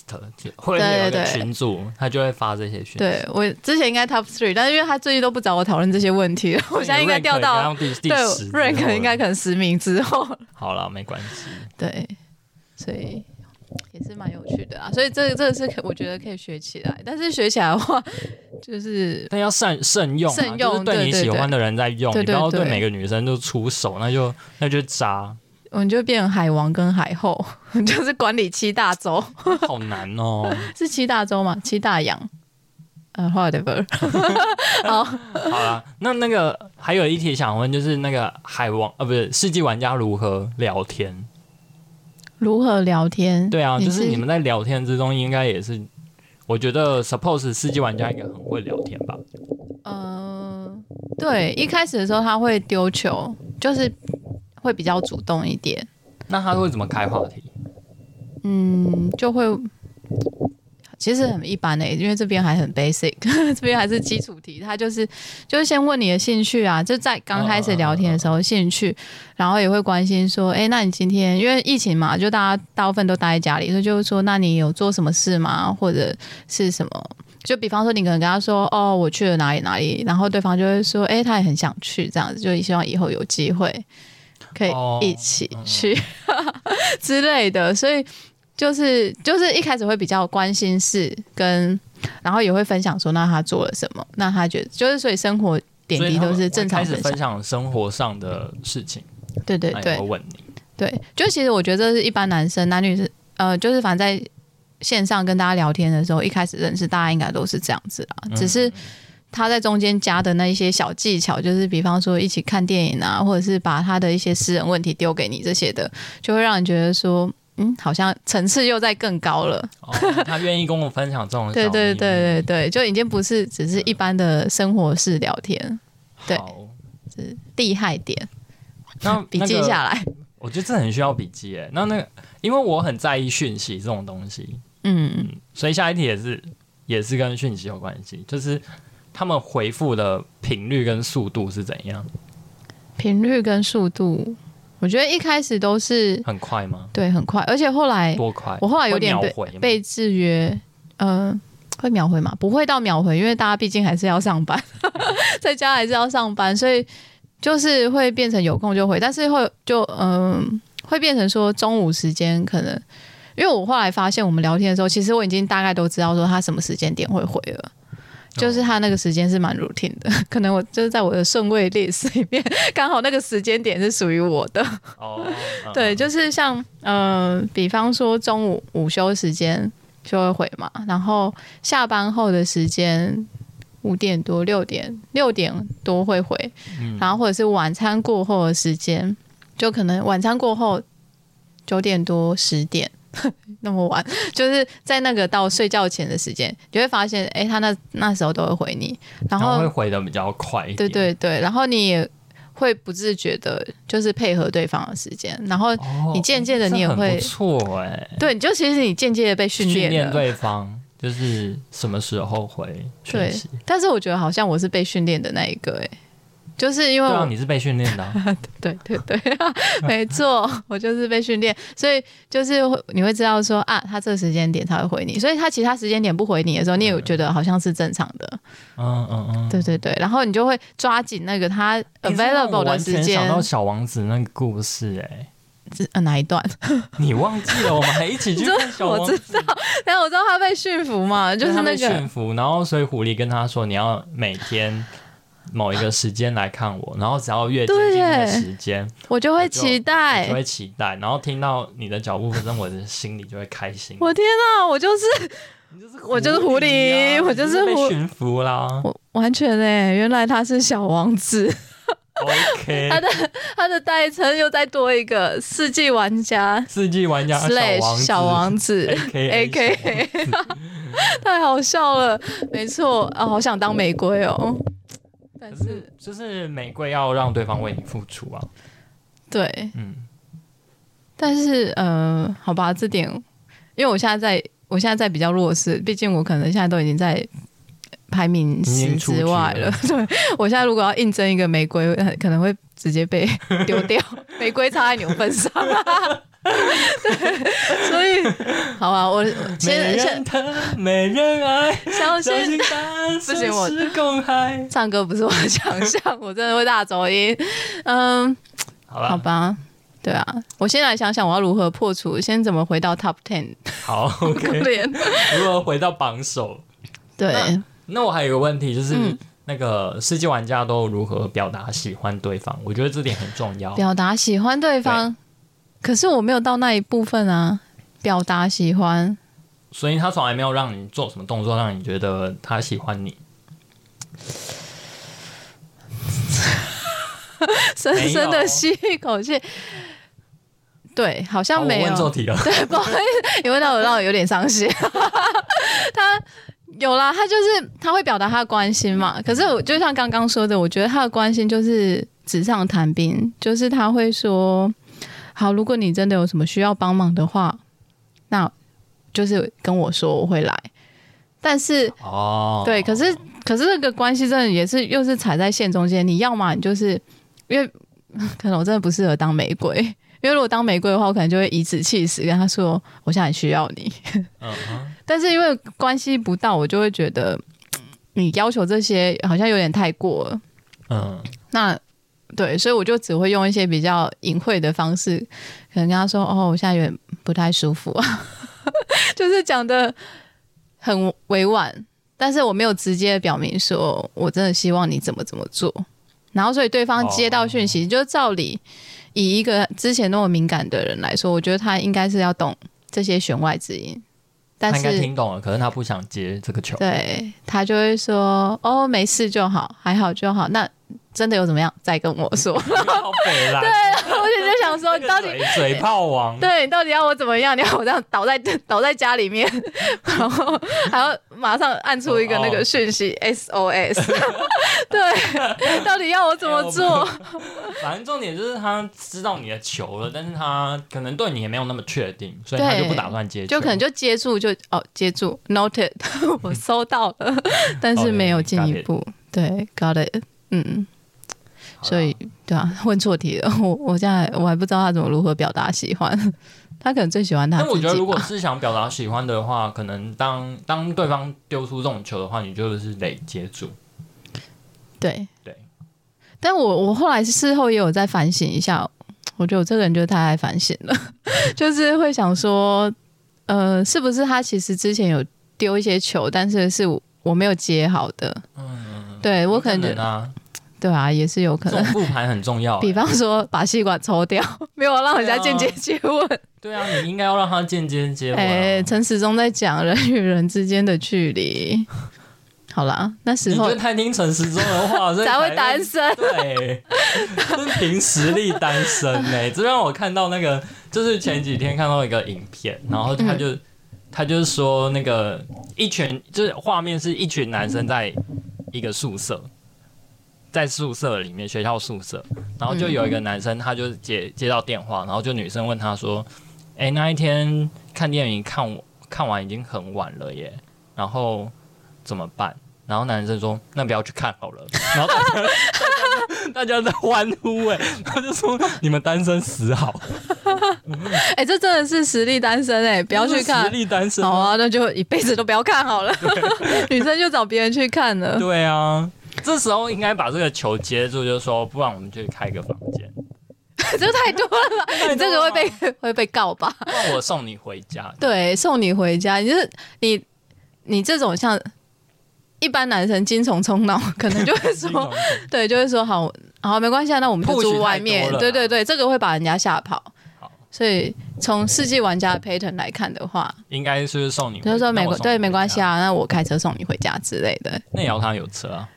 Speaker 2: 或者是有
Speaker 1: 对
Speaker 2: 一个
Speaker 1: 对对
Speaker 2: 群组，他就会发这些讯。，
Speaker 1: 对我之前应该 top three，但是因为他最近都不找我讨论这些问题了，我现在应该掉到
Speaker 2: 第第
Speaker 1: 对
Speaker 2: 十
Speaker 1: 瑞可能应该可
Speaker 2: 以。
Speaker 1: 能十名之后，
Speaker 2: 好了，没关系。
Speaker 1: [LAUGHS] 对，所以也是蛮有趣的啊。所以这个这个是可我觉得可以学起来，但是学起来的话，就是
Speaker 2: 但要慎慎用、啊，
Speaker 1: 慎用
Speaker 2: 就是对你
Speaker 1: 对对
Speaker 2: 喜欢的人在用，
Speaker 1: 对对
Speaker 2: 你不要
Speaker 1: 对
Speaker 2: 对每个女生都出手，那就那就渣，
Speaker 1: 我们就变海王跟海后， [LAUGHS] 就是管理七大洲，
Speaker 2: 好难哦。
Speaker 1: [LAUGHS] 是七大洲吗？七大洋。呃、w h a t e v e r
Speaker 2: 好啦，那那个还有一题想问，就是那个海王呃，不是世纪玩家如何聊天？
Speaker 1: 如何聊天？
Speaker 2: 对啊，
Speaker 1: 你
Speaker 2: 就是
Speaker 1: 是
Speaker 2: 你们在聊天之中，应该也是，我觉得 suppose 世纪玩家应该很会聊天吧？
Speaker 1: 呃，对，一开始的时候他会丢球，就是会比较主动一点，
Speaker 2: 那他会怎么开话题？
Speaker 1: 嗯，就会其实很一般诶、因为这边还很 basic，这 [LAUGHS] 边还是基础题。他就是就是先问你的兴趣啊，就在刚开始聊天的时候兴趣，然后也会关心说，诶，那你今天因为疫情嘛，就大家大部分都待在家里，所以就是说，那你有做什么事吗？或者是什么？就比方说，你可能跟他说：“哦，我去了哪里哪里”，然后对方就会说：“诶，他也很想去，这样子，就希望以后有机会可以
Speaker 2: 哦
Speaker 1: 一起去、 [LAUGHS] 之类的。”所以就是就是一开始会比较关心事跟，然后也会分享说，那他做了什么？那他觉得就是所以生活点
Speaker 2: 所以
Speaker 1: 滴
Speaker 2: 他们
Speaker 1: 都是正常
Speaker 2: 会开始
Speaker 1: 分享
Speaker 2: 分。享生活上的事情，
Speaker 1: 对对
Speaker 2: 那也
Speaker 1: 对
Speaker 2: 会问你。
Speaker 1: 对，就其实我觉得这是一般男生男女是呃，就是反正在线上跟大家聊天的时候，一开始认识大家应该都是这样子啦，只
Speaker 2: 嗯
Speaker 1: 是。他在中间加的那一些小技巧，就是比方说一起看电影啊，或者是把他的一些私人问题丢给你这些的，就会让你觉得说，嗯，好像层次又在更高了。
Speaker 2: 哦，他愿意跟我分享这种小秘
Speaker 1: 对
Speaker 2: 密。
Speaker 1: 对对对对，就已经不是只是一般的生活式聊天，对
Speaker 2: 好
Speaker 1: 厉害点，
Speaker 2: 那
Speaker 1: 笔记下
Speaker 2: 来，
Speaker 1: 来。
Speaker 2: 我觉得这很需要笔记诶。那那个，因为我很在意讯息这种东西，
Speaker 1: 嗯，
Speaker 2: 所以下一题也是也是跟讯息有关系，就是他们回复的频率跟速度是怎样？
Speaker 1: 频率跟速度，我觉得一开始都是
Speaker 2: 很快吗？
Speaker 1: 对很快，而且后来
Speaker 2: 多快？
Speaker 1: 我后来有点
Speaker 2: 会
Speaker 1: 被
Speaker 2: 秒回吗
Speaker 1: 被制约，呃，会秒回吗？不会到秒回，因为大家毕竟还是要上班， [LAUGHS] 在家还是要上班，所以就是会变成有空就回，但是会就嗯、会变成说中午时间可能。因为我后来发现，我们聊天的时候，其实我已经大概都知道说他什么时间点会回
Speaker 2: 哦
Speaker 1: 了，就是他那个时间是蛮 routine 的， [LAUGHS] 可能我就是在我的 [LAUGHS] 顺位 list 里面，刚好那个时间点是属于我的。 [LAUGHS]
Speaker 2: 哦，嗯
Speaker 1: 对，就是像呃，比方说中午午休时间就会回嘛，然后下班后的时间五点多六点六点多会回，
Speaker 2: 嗯
Speaker 1: 然后或者是晚餐过后的时间，就可能晚餐过后九点多十点。 [LAUGHS] 那么晚，就是在那个到睡觉前的时间，你会发现，哎、他那那时候都会回你，然
Speaker 2: 然后
Speaker 1: 后
Speaker 2: 会回的比较快一
Speaker 1: 对
Speaker 2: 点，
Speaker 1: 对对，然后你也会不自觉的，就是配合对方的时间，然后
Speaker 2: 哦，
Speaker 1: 你渐渐的你也
Speaker 2: 这很
Speaker 1: 会
Speaker 2: 不错哎，
Speaker 1: 对，你就其实你间接的被训
Speaker 2: 训
Speaker 1: 练
Speaker 2: 练
Speaker 1: 了。
Speaker 2: 对方就是什么时候回讯
Speaker 1: 对
Speaker 2: 息，
Speaker 1: 但是我觉得好像我是被训练的那一个、欸，就是因为
Speaker 2: 对啊，
Speaker 1: 我
Speaker 2: 你是被训练的啊，
Speaker 1: [LAUGHS] 对对对， [LAUGHS] 没错，我就是被训练，所以就是会你会知道说啊，他这个时间点才会回你，所以他其他时间点不回你的时候，你也觉得好像是正常的，
Speaker 2: 嗯嗯嗯，
Speaker 1: 对对对，然后你就会抓紧那个他呃
Speaker 2: 诶这让
Speaker 1: available
Speaker 2: 我
Speaker 1: 的
Speaker 2: 完
Speaker 1: 时
Speaker 2: 全
Speaker 1: 间
Speaker 2: 想，到小王子那个故事哎、
Speaker 1: 是呃哪一段？
Speaker 2: 你忘记了？我们还一起去
Speaker 1: [LAUGHS]
Speaker 2: 看小王
Speaker 1: 我知
Speaker 2: 子，
Speaker 1: 道，但我知道他被驯服嘛，就是
Speaker 2: 他
Speaker 1: 那
Speaker 2: 被
Speaker 1: 个
Speaker 2: 驯服，然后所以狐狸跟他说，你要每天某一个时间来看我， [LAUGHS] 然后只要越接
Speaker 1: 对
Speaker 2: 近那个
Speaker 1: 耶
Speaker 2: 时间，
Speaker 1: 我就会
Speaker 2: 就
Speaker 1: 期
Speaker 2: 我
Speaker 1: 待
Speaker 2: 就，会期待，然后听到你的脚步声，我的心里就会开心。
Speaker 1: 我天哪、我就是。
Speaker 2: [LAUGHS] 你就是
Speaker 1: 我就是狐狸
Speaker 2: 啊
Speaker 1: 我
Speaker 2: 你
Speaker 1: 就是
Speaker 2: 是被
Speaker 1: 狐
Speaker 2: 驯服啦。
Speaker 1: 我完全哎、原来他是小王子， [LAUGHS] 他 [LAUGHS]
Speaker 2: OK，
Speaker 1: 的他的代称又再多一个世纪玩家
Speaker 2: 世纪玩家
Speaker 1: slash 小
Speaker 2: 小王
Speaker 1: 王
Speaker 2: 子
Speaker 1: 子
Speaker 2: [LAUGHS] A
Speaker 1: A K
Speaker 2: K
Speaker 1: A，太 [LAUGHS] 好笑了，没错啊，好想当玫瑰哦，但是
Speaker 2: 就是玫瑰要让对方为你付出啊。
Speaker 1: 对，
Speaker 2: 嗯，
Speaker 1: 但是呃，好吧，这点因为我现在在我现在在比较弱势，毕竟我可能现在都已经在。排名
Speaker 2: 已
Speaker 1: 十
Speaker 2: 经出
Speaker 1: 之外
Speaker 2: 局
Speaker 1: 了
Speaker 2: 了，
Speaker 1: 对 [LAUGHS] 我现在如果要应征一个玫瑰，可能会直接被丢掉。玫瑰插在牛粪上，对，所以好啊，我
Speaker 2: 没
Speaker 1: 先
Speaker 2: 人
Speaker 1: 先
Speaker 2: 疼，没人爱，
Speaker 1: 相
Speaker 2: 小
Speaker 1: 信
Speaker 2: 心单
Speaker 1: 不行我
Speaker 2: 身是公害。
Speaker 1: 唱歌不是我的强项，我真的会大走音。嗯，
Speaker 2: 好
Speaker 1: 好
Speaker 2: 了，
Speaker 1: 吧，对啊，我先来想想我要如何破除，先怎么回到 top ten，
Speaker 2: 好
Speaker 1: 可 [LAUGHS]
Speaker 2: OK。
Speaker 1: 怜。
Speaker 2: 如何回到榜首？
Speaker 1: 对，
Speaker 2: 那我还有一个问题就是。
Speaker 1: 嗯
Speaker 2: 那个世界玩家都如何表达喜欢对方？我觉得这点很重要。
Speaker 1: 表达喜欢对方，可是我没有到那一部分啊。表达喜欢，
Speaker 2: 所以他从来没有让你做什么动作，让你觉得他喜欢你。
Speaker 1: 深
Speaker 2: 没有
Speaker 1: 深的吸一口气。对，好
Speaker 2: 好
Speaker 1: 像
Speaker 2: 哦我
Speaker 1: 没有。
Speaker 2: 问错题了。
Speaker 1: 对，不好意思，你问到我让我有点伤心。 [LAUGHS] 他有啦，他就是他会表达他的关心嘛。可是我就像刚刚说的，我觉得他的关心就是纸上谈兵，就是他会说：“好，如果你真的有什么需要帮忙的话，那就是跟我说，我会来。”但是
Speaker 2: 哦，
Speaker 1: 对，可是可是这个关系真的也是又是踩在线中间，你要嘛你就是因为 [LAUGHS] 可能我真的不适合当玫瑰，因为如果当玫瑰的话，我可能就会颐指气使跟他说我现在很需要你，
Speaker 2: 嗯哼，
Speaker 1: 但是因为关系不到，我就会觉得嗯你要求这些好像有点太过了，
Speaker 2: 嗯，
Speaker 1: 那。对，所以我就只会用一些比较隐晦的方式，可能跟他说：“哦，我现在有点不太舒服啊。” [LAUGHS] 就是讲的很委婉，但是我没有直接表明说我真的希望你怎么怎么做。然后，所以对方接到讯
Speaker 2: 哦
Speaker 1: 息，就照理以一个之前那么敏感的人来说，我觉得他应该是要懂这些弦外之音，但
Speaker 2: 他应该
Speaker 1: 是
Speaker 2: 听懂了，可是他不想接这个球。
Speaker 1: 对他就会说：“哦，没事就好，还好就好。”那真的有怎么样，再跟我说。
Speaker 2: [LAUGHS] 好北啦，
Speaker 1: [LAUGHS] 我就在想说，
Speaker 2: 那
Speaker 1: 你
Speaker 2: 个
Speaker 1: 到底
Speaker 2: 嘴嘴炮王，
Speaker 1: 对你到底要我怎么样？你要我这样倒在倒在家里面， [LAUGHS] 然后还要马上按出一个
Speaker 2: 哦
Speaker 1: 那个讯息 SOS，对，到底要我
Speaker 2: 哎
Speaker 1: 怎么做？
Speaker 2: [LAUGHS] 反正重点就是他知道你的球了，但是他可能对你也没有那么确定，所以他
Speaker 1: 对
Speaker 2: 就不打算接球，
Speaker 1: 就可能就接住就哦接住 noted，我收到了，但是没有进一步。对，got it，嗯，所以对啊，问错题了。我我现在我还不知道他怎么如何表达喜欢，他可能最喜欢他
Speaker 2: 但
Speaker 1: 自己吧。
Speaker 2: 我觉得，如果是想表达喜欢的话，可能当当对方丢出这种球的话，你就是得接住。
Speaker 1: 对
Speaker 2: 对。
Speaker 1: 但我我后来事后也有在反省一下，我觉得我这个人就是太爱反省了， [LAUGHS] 就是会想说，呃，是不是他其实之前有丢一些球，但是是我我没有接好的，
Speaker 2: 嗯，
Speaker 1: 对我可能
Speaker 2: 有
Speaker 1: 觉
Speaker 2: 能
Speaker 1: 得
Speaker 2: 啊，
Speaker 1: 对啊，也是有可
Speaker 2: 这种
Speaker 1: 能。
Speaker 2: 复盘很重要欸、
Speaker 1: 比方说把吸管抽掉，没有让人家
Speaker 2: 对
Speaker 1: 间
Speaker 2: 啊
Speaker 1: 接接吻。
Speaker 2: 对啊，你应该要让他间接接吻啊、
Speaker 1: 哎、陈时中在讲人与人之间的距离。好啦，那时
Speaker 2: 你
Speaker 1: 候
Speaker 2: 就太听陈时中的话，所以
Speaker 1: 才会单身。
Speaker 2: 对，是凭实力单身
Speaker 1: [LAUGHS]
Speaker 2: 哎、这让我看到那个，就是前几天看到一个影片，然
Speaker 1: 嗯
Speaker 2: 后他就、他就说那个一群，就是画面是一群男生在一个宿舍，在宿舍里面学校宿舍，然后就有一个男生他就接接到电话，然后就女生问他说：“哎、那一天看电影看我看完已经很晚了耶，然后怎么办？”然后男生说：“那不要去看好了。” [LAUGHS] 然后大家大家 [LAUGHS] 在欢呼哎、他就说：“你们单身死好，
Speaker 1: 哎、这真的是实力单身哎、 [LAUGHS] 不
Speaker 2: 不
Speaker 1: 要去
Speaker 2: 实
Speaker 1: 看。
Speaker 2: 力单身。”
Speaker 1: 好啊，那就一辈子都不要看
Speaker 2: [LAUGHS]
Speaker 1: 好了。 [LAUGHS] 女生就找别人去看了。
Speaker 2: 对啊，这时候应该把这个球接住，就说：“不然我们就开个房间，
Speaker 1: 这太多了吧？ [LAUGHS] 你这个会
Speaker 2: [LAUGHS]
Speaker 1: 被 [LAUGHS] 会被告吧？
Speaker 2: 不然我送你回家。”
Speaker 1: [LAUGHS] 对，送你回家，你就是你你这种像一般男生精虫充脑，可能就会
Speaker 2: [LAUGHS]
Speaker 1: 说，对，就会说好好没关系，啊，那我们就
Speaker 2: Push
Speaker 1: 住外
Speaker 2: 太
Speaker 1: 面
Speaker 2: 多。了
Speaker 1: 对对对，这个会把人家吓跑
Speaker 2: 好。
Speaker 1: 所以从世纪玩家的 pattern 来看的话，
Speaker 2: 应该是送你回，
Speaker 1: 他就说没
Speaker 2: 那我
Speaker 1: 关
Speaker 2: 送你
Speaker 1: 对
Speaker 2: 回
Speaker 1: 没关系
Speaker 2: 家。
Speaker 1: 啊，那我开车送你回家之类的，
Speaker 2: 那也要他有车
Speaker 1: [LAUGHS]
Speaker 2: 啊。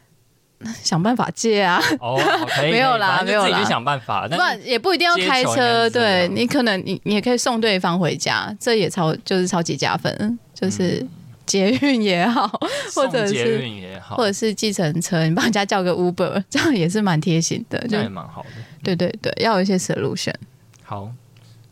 Speaker 1: 想办法借啊。
Speaker 2: 哦，好可以，
Speaker 1: 没有
Speaker 2: 可以
Speaker 1: 啦
Speaker 2: 反正
Speaker 1: 没有
Speaker 2: 就自己
Speaker 1: 啦
Speaker 2: 去想办法。
Speaker 1: 不
Speaker 2: 但
Speaker 1: 然
Speaker 2: 是
Speaker 1: 也不一定要开
Speaker 2: 接球应该
Speaker 1: 车，
Speaker 2: 是这
Speaker 1: 对
Speaker 2: 样
Speaker 1: 你可能你你也可以送对方回家，这也超就是超级加分，
Speaker 2: 嗯
Speaker 1: 就是捷运也好，或
Speaker 2: 送
Speaker 1: 者
Speaker 2: 捷
Speaker 1: 是
Speaker 2: 运也好
Speaker 1: 或，者是计程车，你帮人家叫个 Uber，这 [LAUGHS] 样也是蛮贴心的。
Speaker 2: 这
Speaker 1: 就
Speaker 2: 样也蛮好的。
Speaker 1: 对对对，要有一些 solution。
Speaker 2: 好，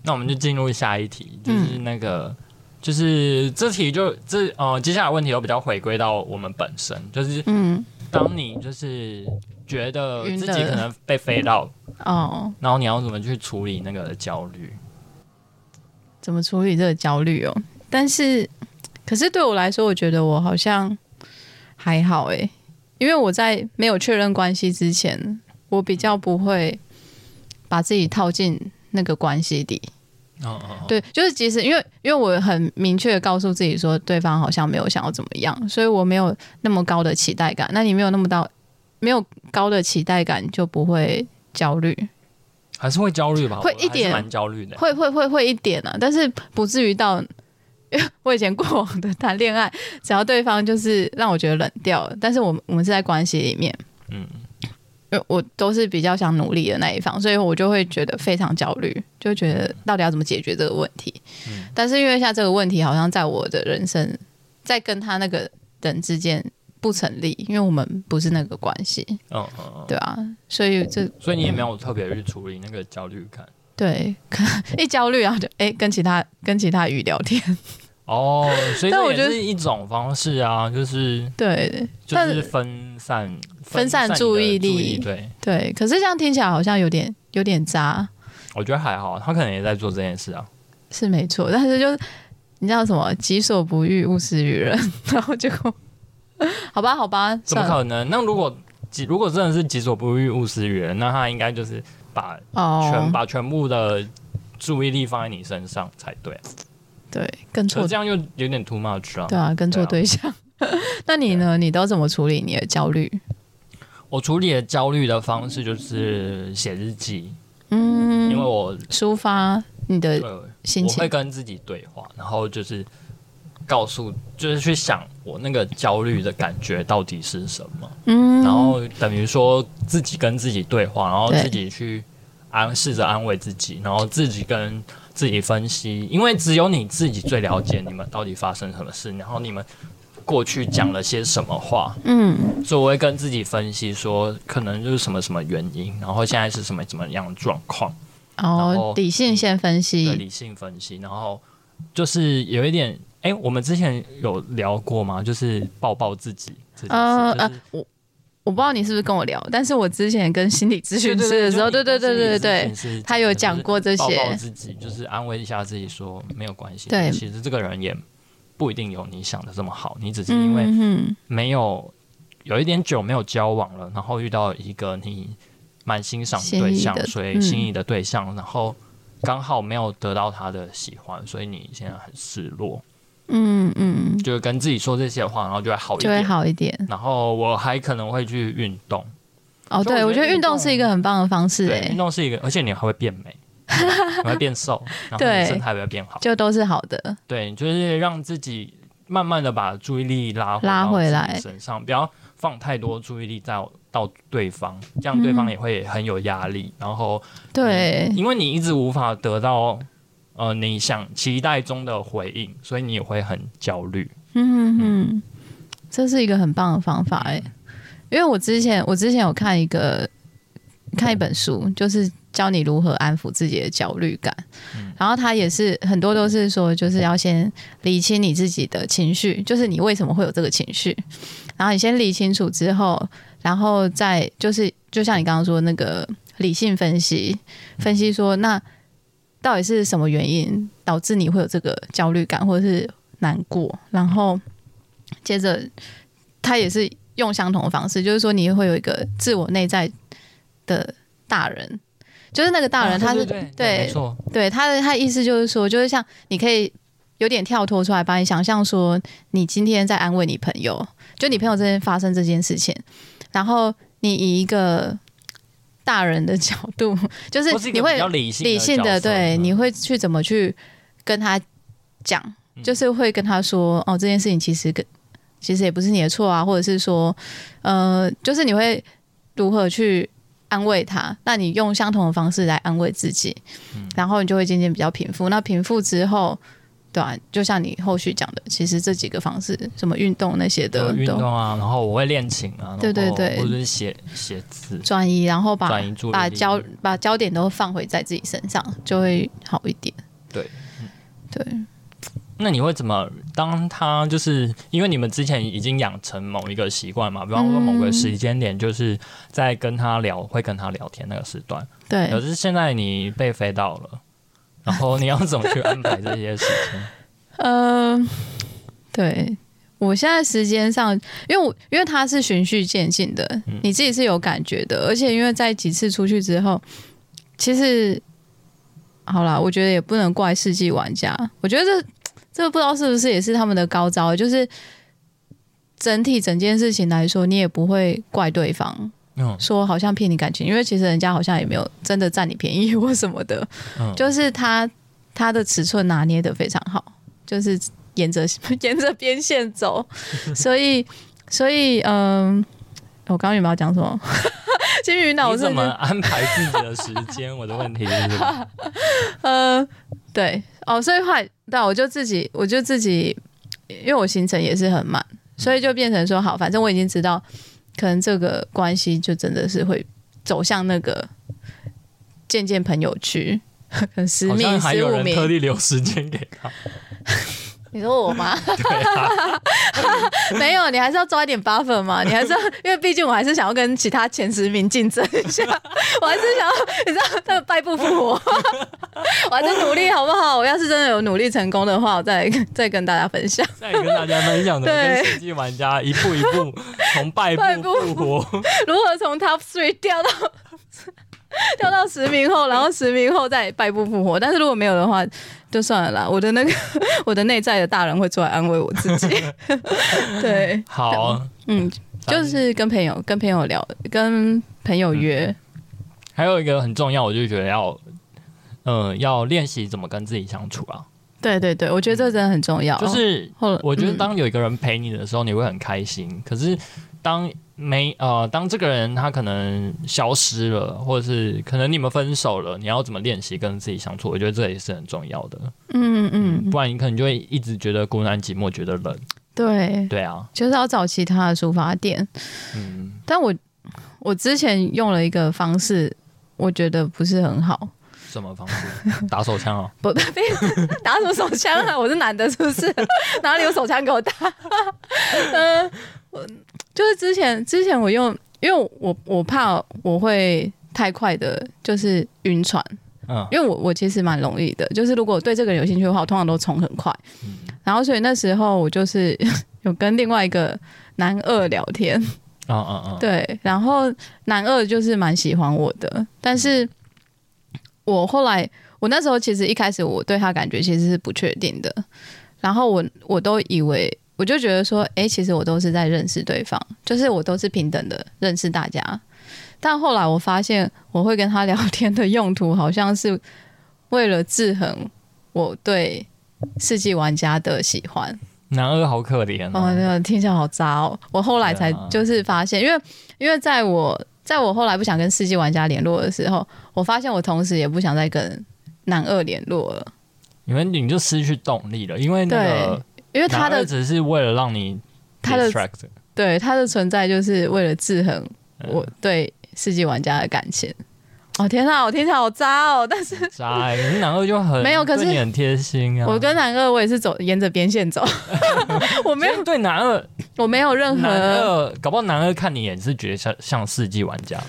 Speaker 2: 那我们就进入下一题，
Speaker 1: 嗯
Speaker 2: 就是那个，就是这题就这呃，接下来问题都比较回归到我们本身，就是
Speaker 1: 嗯，
Speaker 2: 当你就是觉得
Speaker 1: 晕
Speaker 2: 自
Speaker 1: 的
Speaker 2: 己可能被飞到，
Speaker 1: 哦，
Speaker 2: 然后你要怎么去处理那个焦虑？
Speaker 1: 怎么处理这个焦虑哦？但是，可是对我来说，我觉得我好像还好诶、因为我在没有确认关系之前，我比较不会把自己套进那个关系里。
Speaker 2: 嗯嗯，嗯，
Speaker 1: 对，就是即使因为因为我很明确的告诉自己说，对方好像没有想要怎么样，所以我没有那么高的期待感。那你没有那么到没有高的期待感，就不会焦虑，
Speaker 2: 还是会焦虑吧，
Speaker 1: 会
Speaker 2: 我
Speaker 1: 一
Speaker 2: 还是
Speaker 1: 点
Speaker 2: 蛮焦虑的。
Speaker 1: 会会会会一点啊，但是不至于到。因为我以前过往的谈恋爱，只要对方就是让我觉得冷掉了，但是我们我们是在关系里面，
Speaker 2: 嗯，
Speaker 1: 因为我都是比较想努力的那一方，所以我就会觉得非常焦虑，就觉得到底要怎么解决这个问题。
Speaker 2: 嗯
Speaker 1: 但是因为现在这个问题好像在我的人生，在跟他那个人之间不成立，因为我们不是那个关系，
Speaker 2: 嗯嗯嗯，
Speaker 1: 对啊，所以这
Speaker 2: 所以你也没有特别去处理那个焦虑感。
Speaker 1: 对 [LAUGHS] 一焦虑然后就哎、跟其他跟其他鱼聊天，
Speaker 2: 哦，所以
Speaker 1: 但我
Speaker 2: 这
Speaker 1: 觉
Speaker 2: 也
Speaker 1: 得
Speaker 2: 是一种方式啊，就是
Speaker 1: 对
Speaker 2: 就
Speaker 1: 但
Speaker 2: 是分散
Speaker 1: 分散
Speaker 2: 你的
Speaker 1: 注意力
Speaker 2: 对，
Speaker 1: 对，可是这样听起来好像有点有点渣，
Speaker 2: 我觉得还好，他可能也在做这件事啊。
Speaker 1: 是没错，但是就是你知道什么“己所不欲，勿施于人”，然后结果，好吧，好吧，
Speaker 2: 怎么
Speaker 1: 算了
Speaker 2: 可能？那如果己如果真的是己所不欲，勿施于人，那他应该就是把全、
Speaker 1: 哦，
Speaker 2: 把全部的注意力放在你身上才对、啊。
Speaker 1: 对，跟
Speaker 2: 可
Speaker 1: 错
Speaker 2: 是这样又有点 too much 啊。
Speaker 1: 对啊，跟错
Speaker 2: 对
Speaker 1: 对象。那你呢？你都怎么处理你的焦虑？
Speaker 2: 我处理的焦虑的方式就是写日记，
Speaker 1: 嗯，
Speaker 2: 因为我呃
Speaker 1: 抒发你的
Speaker 2: 对
Speaker 1: 心
Speaker 2: 我会
Speaker 1: 情，
Speaker 2: 跟自己对话，然后就是告诉，就是去想我那个焦虑的感觉到底是什么，
Speaker 1: 嗯，
Speaker 2: 然后等于说自己跟自己对话，然后
Speaker 1: 对
Speaker 2: 自己去安试着安慰自己，然后自己跟自己分析，因为只有你自己最了解你们到底发生什么事，然后你们过去讲了些什么话，
Speaker 1: 嗯
Speaker 2: 所以我会跟自己分析说，可能就是什么什么原因，然后现在是什么怎么样的状况。然
Speaker 1: 哦
Speaker 2: 后，
Speaker 1: 理性先分
Speaker 2: 对
Speaker 1: 析，
Speaker 2: 理性分析，然后就是有一点，哎、我们之前有聊过吗？就是抱抱自己这件事，
Speaker 1: 呃
Speaker 2: 就
Speaker 1: 呃
Speaker 2: 是，
Speaker 1: 我我不知道你是不是跟我聊，但是我之前跟心理咨询
Speaker 2: 对
Speaker 1: 师的时候，
Speaker 2: 就
Speaker 1: 对对对
Speaker 2: 你
Speaker 1: 对对
Speaker 2: 跟
Speaker 1: 对，
Speaker 2: 心理咨询师
Speaker 1: 他有讲过这
Speaker 2: 就是
Speaker 1: 些
Speaker 2: 抱抱自己就是安慰一下自己说没有关系。
Speaker 1: 对
Speaker 2: 其实这个人也不一定有你想的这么好，你只是因为
Speaker 1: 嗯
Speaker 2: 没有有一点久没有交往了，然后遇到一个你蛮欣赏的对象
Speaker 1: 心仪，的
Speaker 2: 所以
Speaker 1: 嗯
Speaker 2: 心仪的对象，然后刚好没有得到他的喜欢，所以你现在很失落，
Speaker 1: 嗯嗯嗯，
Speaker 2: 就是跟自己说这些话，然后就会好一
Speaker 1: 就会
Speaker 2: 点。
Speaker 1: 好一点。
Speaker 2: 然后我还可能会去运动，
Speaker 1: 哦，
Speaker 2: 所以
Speaker 1: 对，
Speaker 2: 我
Speaker 1: 我
Speaker 2: 觉
Speaker 1: 觉
Speaker 2: 得
Speaker 1: 得运动是一个很棒的方式，
Speaker 2: 对，
Speaker 1: 哎
Speaker 2: 运，动是一个，而且你还会变
Speaker 1: [LAUGHS]
Speaker 2: 美，你会变瘦，然后
Speaker 1: 对
Speaker 2: 你身材也会变好。
Speaker 1: 就都是好的。
Speaker 2: 对，就是让自己慢慢的把注意力拉
Speaker 1: 拉
Speaker 2: 到
Speaker 1: 回
Speaker 2: 自己
Speaker 1: 来
Speaker 2: 身上，不要放太多注意力到到对方，这样对方也会很有压力。然后，
Speaker 1: 嗯对，
Speaker 2: 因为你一直无法得到呃你想期待中的回应，所以你也会很焦虑。
Speaker 1: 嗯嗯嗯，这是一个很棒的方法哎、因为我之前我之前有看一个看一本书，就是教你如何安抚自己的焦虑感，然后他也是很多都是说，就是要先理清你自己的情绪，就是你为什么会有这个情绪，然后你先理清楚之后，然后再就是就像你刚刚说那个理性分析，分析说那到底是什么原因导致你会有这个焦虑感，或者是难过，然后接着他也是用相同的方式，就是说你会有一个自我内在的大人，就是那个大人
Speaker 2: 啊
Speaker 1: 他是、
Speaker 2: 对对对没错，
Speaker 1: 对他的他的意思就是说，就是像你可以有点跳脱出来，把你想象说你今天在安慰你朋友，就你朋友之间发生这件事情，然后你以一个大人的角度，就
Speaker 2: 或是
Speaker 1: 是
Speaker 2: 一
Speaker 1: 你
Speaker 2: 个
Speaker 1: 会
Speaker 2: 比较理性
Speaker 1: 理性
Speaker 2: 的角
Speaker 1: 的
Speaker 2: 色
Speaker 1: 对，
Speaker 2: 嗯
Speaker 1: 你会去怎么去跟他讲，
Speaker 2: 嗯
Speaker 1: 就是会跟他说哦，这件事情其实跟其实也不是你的错啊，或者是说呃，就是你会如何去安慰他？那你用相同的方式来安慰自己，
Speaker 2: 嗯
Speaker 1: 然后你就会渐渐比较平复。那平复之后。对啊，就像你后续讲的，其实这几个方式，什么运动那些的
Speaker 2: 有运
Speaker 1: 都
Speaker 2: 动啊，然后我会练琴啊，
Speaker 1: 对对
Speaker 2: 然后
Speaker 1: 对
Speaker 2: 或者是写写字，
Speaker 1: 转移，然后把
Speaker 2: 转移注意力，
Speaker 1: 把焦把焦点都放回在自己身上，就会好一点。
Speaker 2: 对，
Speaker 1: 对，
Speaker 2: 那你会怎么？当他就是因为你们之前已经养成某一个习惯嘛，比方说某个时间点，就是在跟他聊，会跟他聊天那个时段。可
Speaker 1: 对，
Speaker 2: 是现在你被飞到了，然后你要怎么去安排这些事情？
Speaker 1: [LAUGHS] 呃，对我现在时间上，因为我因为它是循序渐进的，你自己是有感觉的，而且因为在几次出去之后，其实好啦，我觉得也不能怪世纪玩家，我觉得这这不知道是不是也是他们的高招，就是整体整件事情来说，你也不会怪对方，
Speaker 2: 嗯，
Speaker 1: 说好像骗你感情，因为其实人家好像也没有真的占你便宜或什么的， [LAUGHS]
Speaker 2: 嗯
Speaker 1: 就是他他的尺寸拿捏的非常好，就是沿着 [LAUGHS] 沿着边线走，所以所以嗯，我刚刚有没有讲什么？ [LAUGHS] 金鱼脑
Speaker 2: 你
Speaker 1: 是
Speaker 2: 怎么安排自己的时间？我的问题是
Speaker 1: [LAUGHS]
Speaker 2: 这个，
Speaker 1: 呃，对哦，所以后来对啊，我就自己，我就自己，因为我行程也是很满，所以就变成说，好，反正我已经知道，可能这个关系就真的是会走向那个渐渐朋友区， [LAUGHS] 可能十
Speaker 2: 好像
Speaker 1: 名、
Speaker 2: 还
Speaker 1: 十
Speaker 2: 有
Speaker 1: 五
Speaker 2: 人特
Speaker 1: 名。
Speaker 2: 地留时间给他。
Speaker 1: 你说我吗？
Speaker 2: [LAUGHS] 对啊，
Speaker 1: [LAUGHS] 没有，你还是要抓一点 buffer
Speaker 2: [LAUGHS]
Speaker 1: 嘛，你还是要，因为毕竟我还是想要跟其他前十名竞争一
Speaker 2: [LAUGHS]
Speaker 1: 下，我还是想要，你知道，他败不复活， [LAUGHS] 我还是努力好不好？我要是真的有努力成功的话，我再 [LAUGHS] 再跟大家分享。 [LAUGHS]
Speaker 2: 再跟大家分享的
Speaker 1: 对
Speaker 2: 跟实际玩家一步一步从败
Speaker 1: 败
Speaker 2: 部
Speaker 1: 部
Speaker 2: 复活。
Speaker 1: [LAUGHS] 如何从 top three 掉到 [LAUGHS] 掉到十名后，然后十名后再败不复活。但是如果没有的话，就算了啦。我的那个 [LAUGHS] 我的内在的大人会出来安慰我自己。 [LAUGHS] 对，
Speaker 2: 好，
Speaker 1: 嗯，就是跟朋友跟朋友聊，跟朋友
Speaker 2: 嗯
Speaker 1: 约，
Speaker 2: 还有一个很重要，我就觉得要，嗯、要练习怎么跟自己相处啊。
Speaker 1: 对对对，我觉得这真的很重要。 [CLEARS THROAT]
Speaker 2: 就是
Speaker 1: 后来
Speaker 2: 我觉得
Speaker 1: 嗯
Speaker 2: 当有一个人陪你的时候，你会很开心。可是当没呃，当这个人他可能消失了，或者是可能你们分手了，你要怎么练习跟自己相处？我觉得这也是很重要的，
Speaker 1: 嗯嗯，嗯
Speaker 2: 不然你可能就会一直觉得孤单寂寞，觉得冷。
Speaker 1: 嗯对，
Speaker 2: 对啊，
Speaker 1: 就是要找其他的出发点。
Speaker 2: 嗯，
Speaker 1: 但我我之前用了一个方式，我觉得不是很好。 [LAUGHS]
Speaker 2: 什么方式？打手枪啊？
Speaker 1: 不，打什么手枪啊？我是男的，是不是？ [LAUGHS] 哪里有手枪给我打？嗯、我就是之前之前我用因为我我怕我会太快的，就是晕船，
Speaker 2: 嗯
Speaker 1: 因为我我其实蛮容易的，就是如果我对这个人有兴趣的话，我通常都冲很快。然后所以那时候我就是 [LAUGHS] 有跟另外一个男二聊天，
Speaker 2: 嗯嗯嗯，
Speaker 1: 对，然后男二就是蛮喜欢我的，但是我后来我那时候其实一开始我对他感觉其实是不确定的，然后我我都以为我就觉得说，哎、其实我都是在认识对方，就是我都是平等的认识大家。但后来我发现，我会跟他聊天的用途好像是为了制衡我对世纪玩家的喜欢。
Speaker 2: 男二好可怜
Speaker 1: 哦，那
Speaker 2: 哦，
Speaker 1: 个听起来好渣哦！我后来才
Speaker 2: 对啊
Speaker 1: 就是发现，因为因为在我在我后来不想跟世纪玩家联络的时候，我发现我同时也不想再跟男二联络了，
Speaker 2: 你们你就失去动力了，因为那个
Speaker 1: 因为他
Speaker 2: 男二
Speaker 1: 的
Speaker 2: 只是为了让你
Speaker 1: 他的
Speaker 2: distract，
Speaker 1: 对他的存在就是为了制衡
Speaker 2: 嗯
Speaker 1: 我对世纪玩家的感情。哦天哪，我听起来好渣哦！但是
Speaker 2: 渣欸，可是男二就
Speaker 1: [LAUGHS]
Speaker 2: 很
Speaker 1: 没有可是
Speaker 2: 对你很贴心啊，
Speaker 1: 我跟男二我也是走沿着边
Speaker 2: [LAUGHS]
Speaker 1: 线走，我没有
Speaker 2: 对男
Speaker 1: [LAUGHS]
Speaker 2: 二
Speaker 1: 我没有任
Speaker 2: 男
Speaker 1: 何，
Speaker 2: 二，搞不好男二看你也是觉得像像世纪玩家，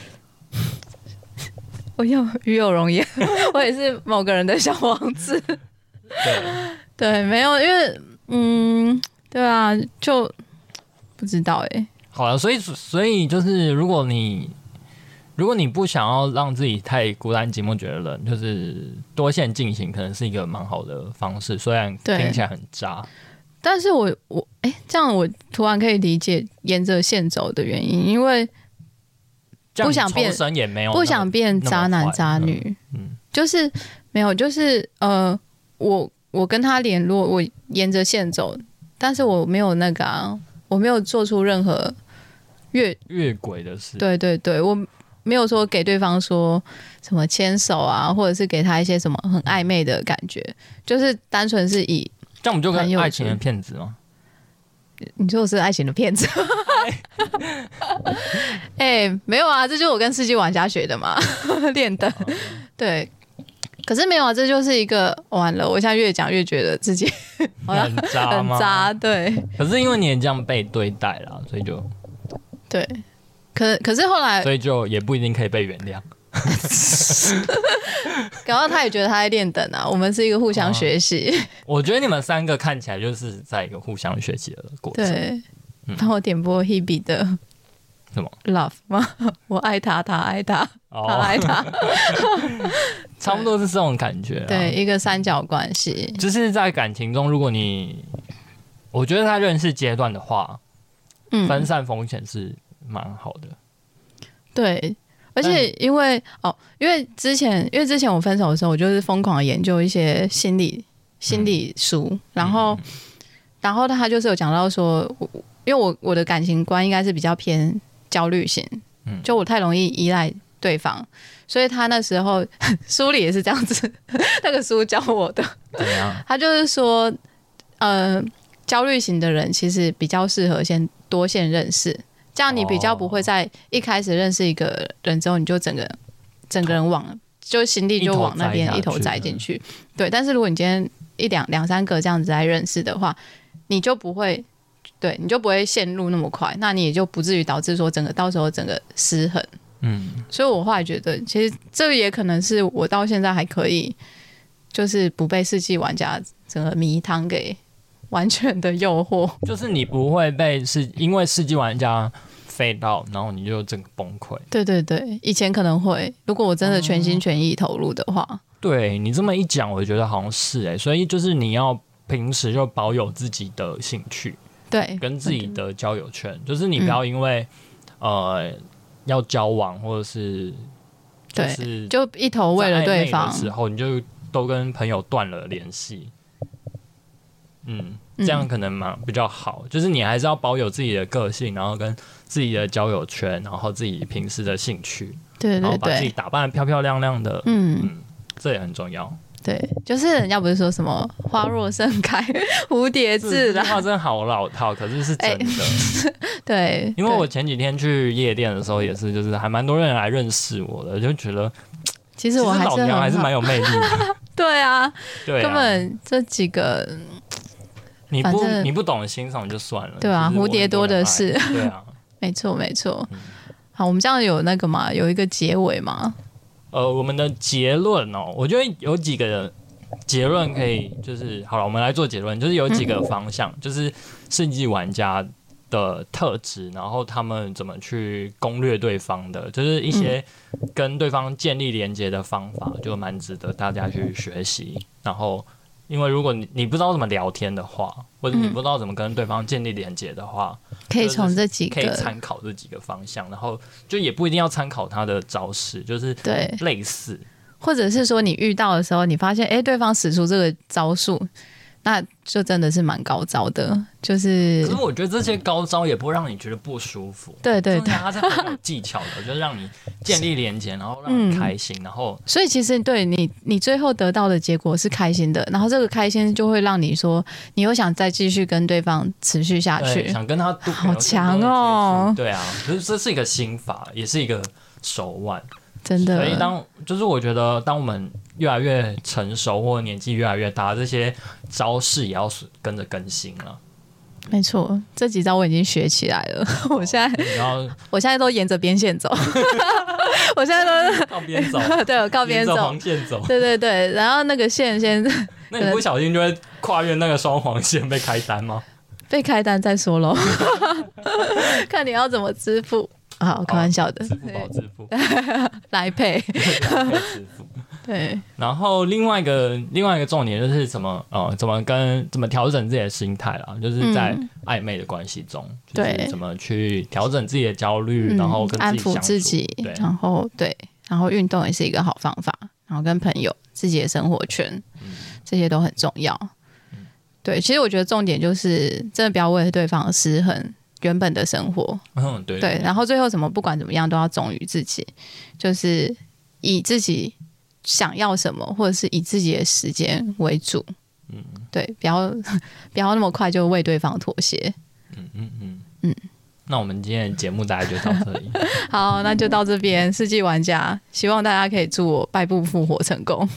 Speaker 1: 我有与有容颜， [LAUGHS] 我也是某个人的小王子。
Speaker 2: 对，
Speaker 1: 对，没有，因为嗯，对啊，就不知道哎、
Speaker 2: 好了，所以所以就是如果你如果你不想要让自己太孤单寂寞觉得冷，就是多线进行可能是一个蛮好的方式，虽然
Speaker 1: 对
Speaker 2: 听起来很渣，
Speaker 1: 但是我我哎、这样我突然可以理解沿着线走的原因，因为
Speaker 2: 这样
Speaker 1: 不想
Speaker 2: 你
Speaker 1: 变
Speaker 2: 抽身也没有那么
Speaker 1: 不想变渣男渣女，
Speaker 2: 嗯
Speaker 1: 就是没有，就是呃，我我跟他联络，我沿着线走，但是我没有那个、啊，我没有做出任何越
Speaker 2: 越轨的事，
Speaker 1: 对对对，我没有说给对方说什么牵手啊，或者是给他一些什么很暧昧的感觉，就是单纯是以
Speaker 2: 这样我们就
Speaker 1: 很
Speaker 2: 跟
Speaker 1: 有
Speaker 2: 爱情
Speaker 1: 趣
Speaker 2: 的骗子吗？
Speaker 1: 你说我是爱情的
Speaker 2: [LAUGHS]
Speaker 1: 骗子。哎、没有啊，这就是我跟世纪玩家学的嘛， [LAUGHS] 练的。
Speaker 2: 哦
Speaker 1: 对，可是没有啊，这就是一个完了。我现在越讲越觉得自己 [LAUGHS] 好像
Speaker 2: [LAUGHS] 很渣
Speaker 1: 很
Speaker 2: 吗？
Speaker 1: 渣，对。
Speaker 2: 可是因为你也这样被对待啦，所以就
Speaker 1: 对，可可是后来
Speaker 2: 所，以就也不一定可以被原谅。
Speaker 1: 搞到他也觉得他在练等啊。我们是一个互
Speaker 2: 哦
Speaker 1: 相学习，
Speaker 2: 我觉得你们三个看起来就是在一个互相学习的过程。
Speaker 1: 对
Speaker 2: 嗯，
Speaker 1: 帮我点播 Hebe 的
Speaker 2: 什么
Speaker 1: Love 吗？ [LAUGHS] 我爱他，他爱他，他爱
Speaker 2: [LAUGHS]
Speaker 1: 他。
Speaker 2: 哦啊差不多是这种感觉。啊
Speaker 1: 对，，一个三角关系。
Speaker 2: 就是在感情中，如果你我觉得在认识阶段的话，分
Speaker 1: 嗯，
Speaker 2: 散风险是蛮好的。
Speaker 1: 对。而且因为哦，因为之前因为之前我分手的时候，我就是疯狂地研究一些心理心理书，然后然后他就是有讲到说，我因为我我的感情观应该是比较偏焦虑型，
Speaker 2: 嗯
Speaker 1: 就我太容易依赖对方，所以他那时候 [LAUGHS] 书里也是这样子， [LAUGHS] 那个书教我的，
Speaker 2: 怎样？
Speaker 1: 他就是说，呃，焦虑型的人其实比较适合先多线认识，这样你比较不会在一开始认识一个人之后，你就整个整个人往就心力就往那边一
Speaker 2: 一
Speaker 1: 头
Speaker 2: 头
Speaker 1: 栽
Speaker 2: 栽
Speaker 1: 进去。对，但是如果你今天一两两三个这样子来认识的话，你就不会。对，你就不会陷入那么快，那你也就不至于导致说整个到时候整个失衡。
Speaker 2: 嗯，
Speaker 1: 所以我后来觉得，其实这也可能是我到现在还可以，就是不被世纪玩家整个迷汤给完全的诱惑。
Speaker 2: 就是你不会被是因为世纪玩家飞到，然后你就整个崩溃。
Speaker 1: 对对对，以前可能会，如果我真的全心全意投入的话，
Speaker 2: 对你这么一讲，我觉得好像是哎、所以就是你要平时就保有自己的兴趣。
Speaker 1: 对，嗯
Speaker 2: 跟自己的交友圈，就是你不要因为、呃要交往或者是就
Speaker 1: 对
Speaker 2: 是
Speaker 1: 就一头为了对
Speaker 2: 在暧
Speaker 1: 方
Speaker 2: 昧的，时候，你就都跟朋友断了联系。嗯，
Speaker 1: 嗯
Speaker 2: 这样可能蛮比较好，就是你还是要保有自己的个性，然后跟自己的交友圈，然后自己平时的兴趣，
Speaker 1: 对
Speaker 2: 然后
Speaker 1: 对
Speaker 2: 把自己
Speaker 1: 对，
Speaker 2: 打扮得漂漂亮亮的，
Speaker 1: 嗯，
Speaker 2: 这也很重要。
Speaker 1: 对，就是人家不是说什么花若盛开， [LAUGHS] 蝴蝶自
Speaker 2: 这
Speaker 1: 来
Speaker 2: 句，话真的好老套，可是是
Speaker 1: 哎
Speaker 2: 真的。
Speaker 1: 对，
Speaker 2: 因为我
Speaker 1: 对
Speaker 2: 前几天去夜店的时候，也是，就是还蛮多人来认识我的，就觉得
Speaker 1: 其
Speaker 2: 其
Speaker 1: 实我还
Speaker 2: 老
Speaker 1: 是很
Speaker 2: 娘还是
Speaker 1: 好
Speaker 2: 蛮有魅力的。
Speaker 1: 对啊，
Speaker 2: 对啊，
Speaker 1: [LAUGHS] 根本这几个
Speaker 2: 你
Speaker 1: 反
Speaker 2: 不
Speaker 1: 正
Speaker 2: 你不懂得欣赏就算了。
Speaker 1: 对啊
Speaker 2: 就是我
Speaker 1: 蝴蝶多的是
Speaker 2: 很多人爱对啊，
Speaker 1: 没错，没错。好，我们这样有那个嘛，有一个结尾嘛。
Speaker 2: 呃，我们的结论哦，我觉得有几个结论可以，就是好了，我们来做结论，就是有几个方向，就是竞技玩家的特质，然后他们怎么去攻略对方的，就是一些跟对方建立连接的方法，就蛮值得大家去学习。然后，因为如果你你不知道怎么聊天的话，或者你
Speaker 1: 嗯
Speaker 2: 不知道怎么跟对方建立连接的话，
Speaker 1: 可以从这几
Speaker 2: 可以
Speaker 1: 个
Speaker 2: 参考这几个方向，然后就也不一定要参考他的招式，就是
Speaker 1: 对，
Speaker 2: 类似。
Speaker 1: 或者是说你遇到的时候，你发现哎、诶对方使出这个招数，那就真的是蛮高招的，就是
Speaker 2: 可是我觉得这些高招也不会让你觉得不舒服。
Speaker 1: 对对
Speaker 2: 重
Speaker 1: 对
Speaker 2: 点。它是很有技巧
Speaker 1: [LAUGHS]
Speaker 2: 的，就是让你建立连接，然后让你开心，然后
Speaker 1: 所以其实对你，你最后得到的结果是开心的，然后这个开心就会让你说，你又想再继续跟对方持续下
Speaker 2: 对
Speaker 1: 去。
Speaker 2: 想跟他多
Speaker 1: 好强哦
Speaker 2: 对啊，就是这是一个心法，也是一个手腕。
Speaker 1: 真
Speaker 2: 所以
Speaker 1: 的，
Speaker 2: 当就是我觉得，当我们越来越成熟或年纪越来越大，这些招式也要跟着更新了。
Speaker 1: 没错，这几招我已经学起来了。我现在，
Speaker 2: 然后
Speaker 1: 我现在都沿着边线走， [LAUGHS] 我现在都
Speaker 2: 靠边走，
Speaker 1: 对我 [LAUGHS] 靠边
Speaker 2: 沿着
Speaker 1: 走
Speaker 2: 黄，线走，
Speaker 1: 对对对，然后那个线先
Speaker 2: 那你不小心就会跨越那个双黄线被开
Speaker 1: [LAUGHS]
Speaker 2: 单吗？
Speaker 1: 被开单再说
Speaker 2: [LAUGHS]
Speaker 1: 喽，看你要怎么支付。好，开玩笑的
Speaker 2: 哦支，付宝支付。
Speaker 1: 来配。
Speaker 2: 支付。
Speaker 1: 对，
Speaker 2: [LAUGHS] 然后另外一个另外一个重点就是怎么呃怎么跟怎么调整自己的心态啦，就是在暧昧的关系中，就是
Speaker 1: 嗯对嗯
Speaker 2: 怎么去调整自己的焦虑，嗯然后跟
Speaker 1: 安
Speaker 2: 自己
Speaker 1: 抚
Speaker 2: 相处，
Speaker 1: 自己
Speaker 2: 对，，
Speaker 1: 然后对，然后运动也是一个好方法，然后跟朋友、自己的生活圈，
Speaker 2: 嗯
Speaker 1: 这些都很重要。对，其实我觉得重点就是真的不要为对方失衡原本的生活，
Speaker 2: 嗯对
Speaker 1: 对，然后最后什么不管怎么样都要忠于自己，就是以自己想要什么，或者是以自己的时间为主。
Speaker 2: 嗯
Speaker 1: 对，不要 [LAUGHS] 不要那么快就为对方妥协。
Speaker 2: 嗯嗯嗯
Speaker 1: 嗯
Speaker 2: 那我们今天的节目大概就到这
Speaker 1: [LAUGHS]
Speaker 2: 里，
Speaker 1: 好，那就到这边，世纪玩家，希望大家可以祝我败部复活成功。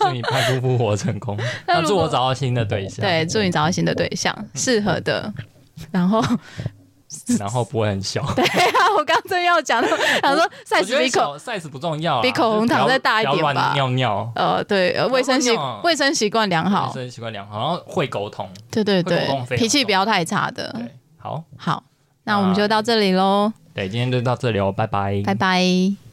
Speaker 2: 祝你拍夫复活成功，
Speaker 1: 那
Speaker 2: 那
Speaker 1: 如果
Speaker 2: 祝我找到新的对啊嗯象，
Speaker 1: [LAUGHS] 对，祝你找到新的对象， [LAUGHS] 适合的。然后， [LAUGHS]
Speaker 2: 然后不会很小。
Speaker 1: 对啊，我刚正要讲，想说赛
Speaker 2: 我
Speaker 1: 斯
Speaker 2: 觉得
Speaker 1: 比口，
Speaker 2: 小 size 不重要啦，啊
Speaker 1: 比口红糖再大一点吧
Speaker 2: 不要乱尿尿，
Speaker 1: 呃，对，呃卫生习
Speaker 2: 不要尿
Speaker 1: 卫生习惯良好，
Speaker 2: 生习惯良好，然后会沟通。
Speaker 1: 对对
Speaker 2: 会
Speaker 1: 对
Speaker 2: 沟通，非常
Speaker 1: 脾气
Speaker 2: 重
Speaker 1: 不要太差的。
Speaker 2: 对，好，
Speaker 1: 好，那我们就到这里喽，
Speaker 2: 对，今天就到这里哦，拜拜，
Speaker 1: 拜拜。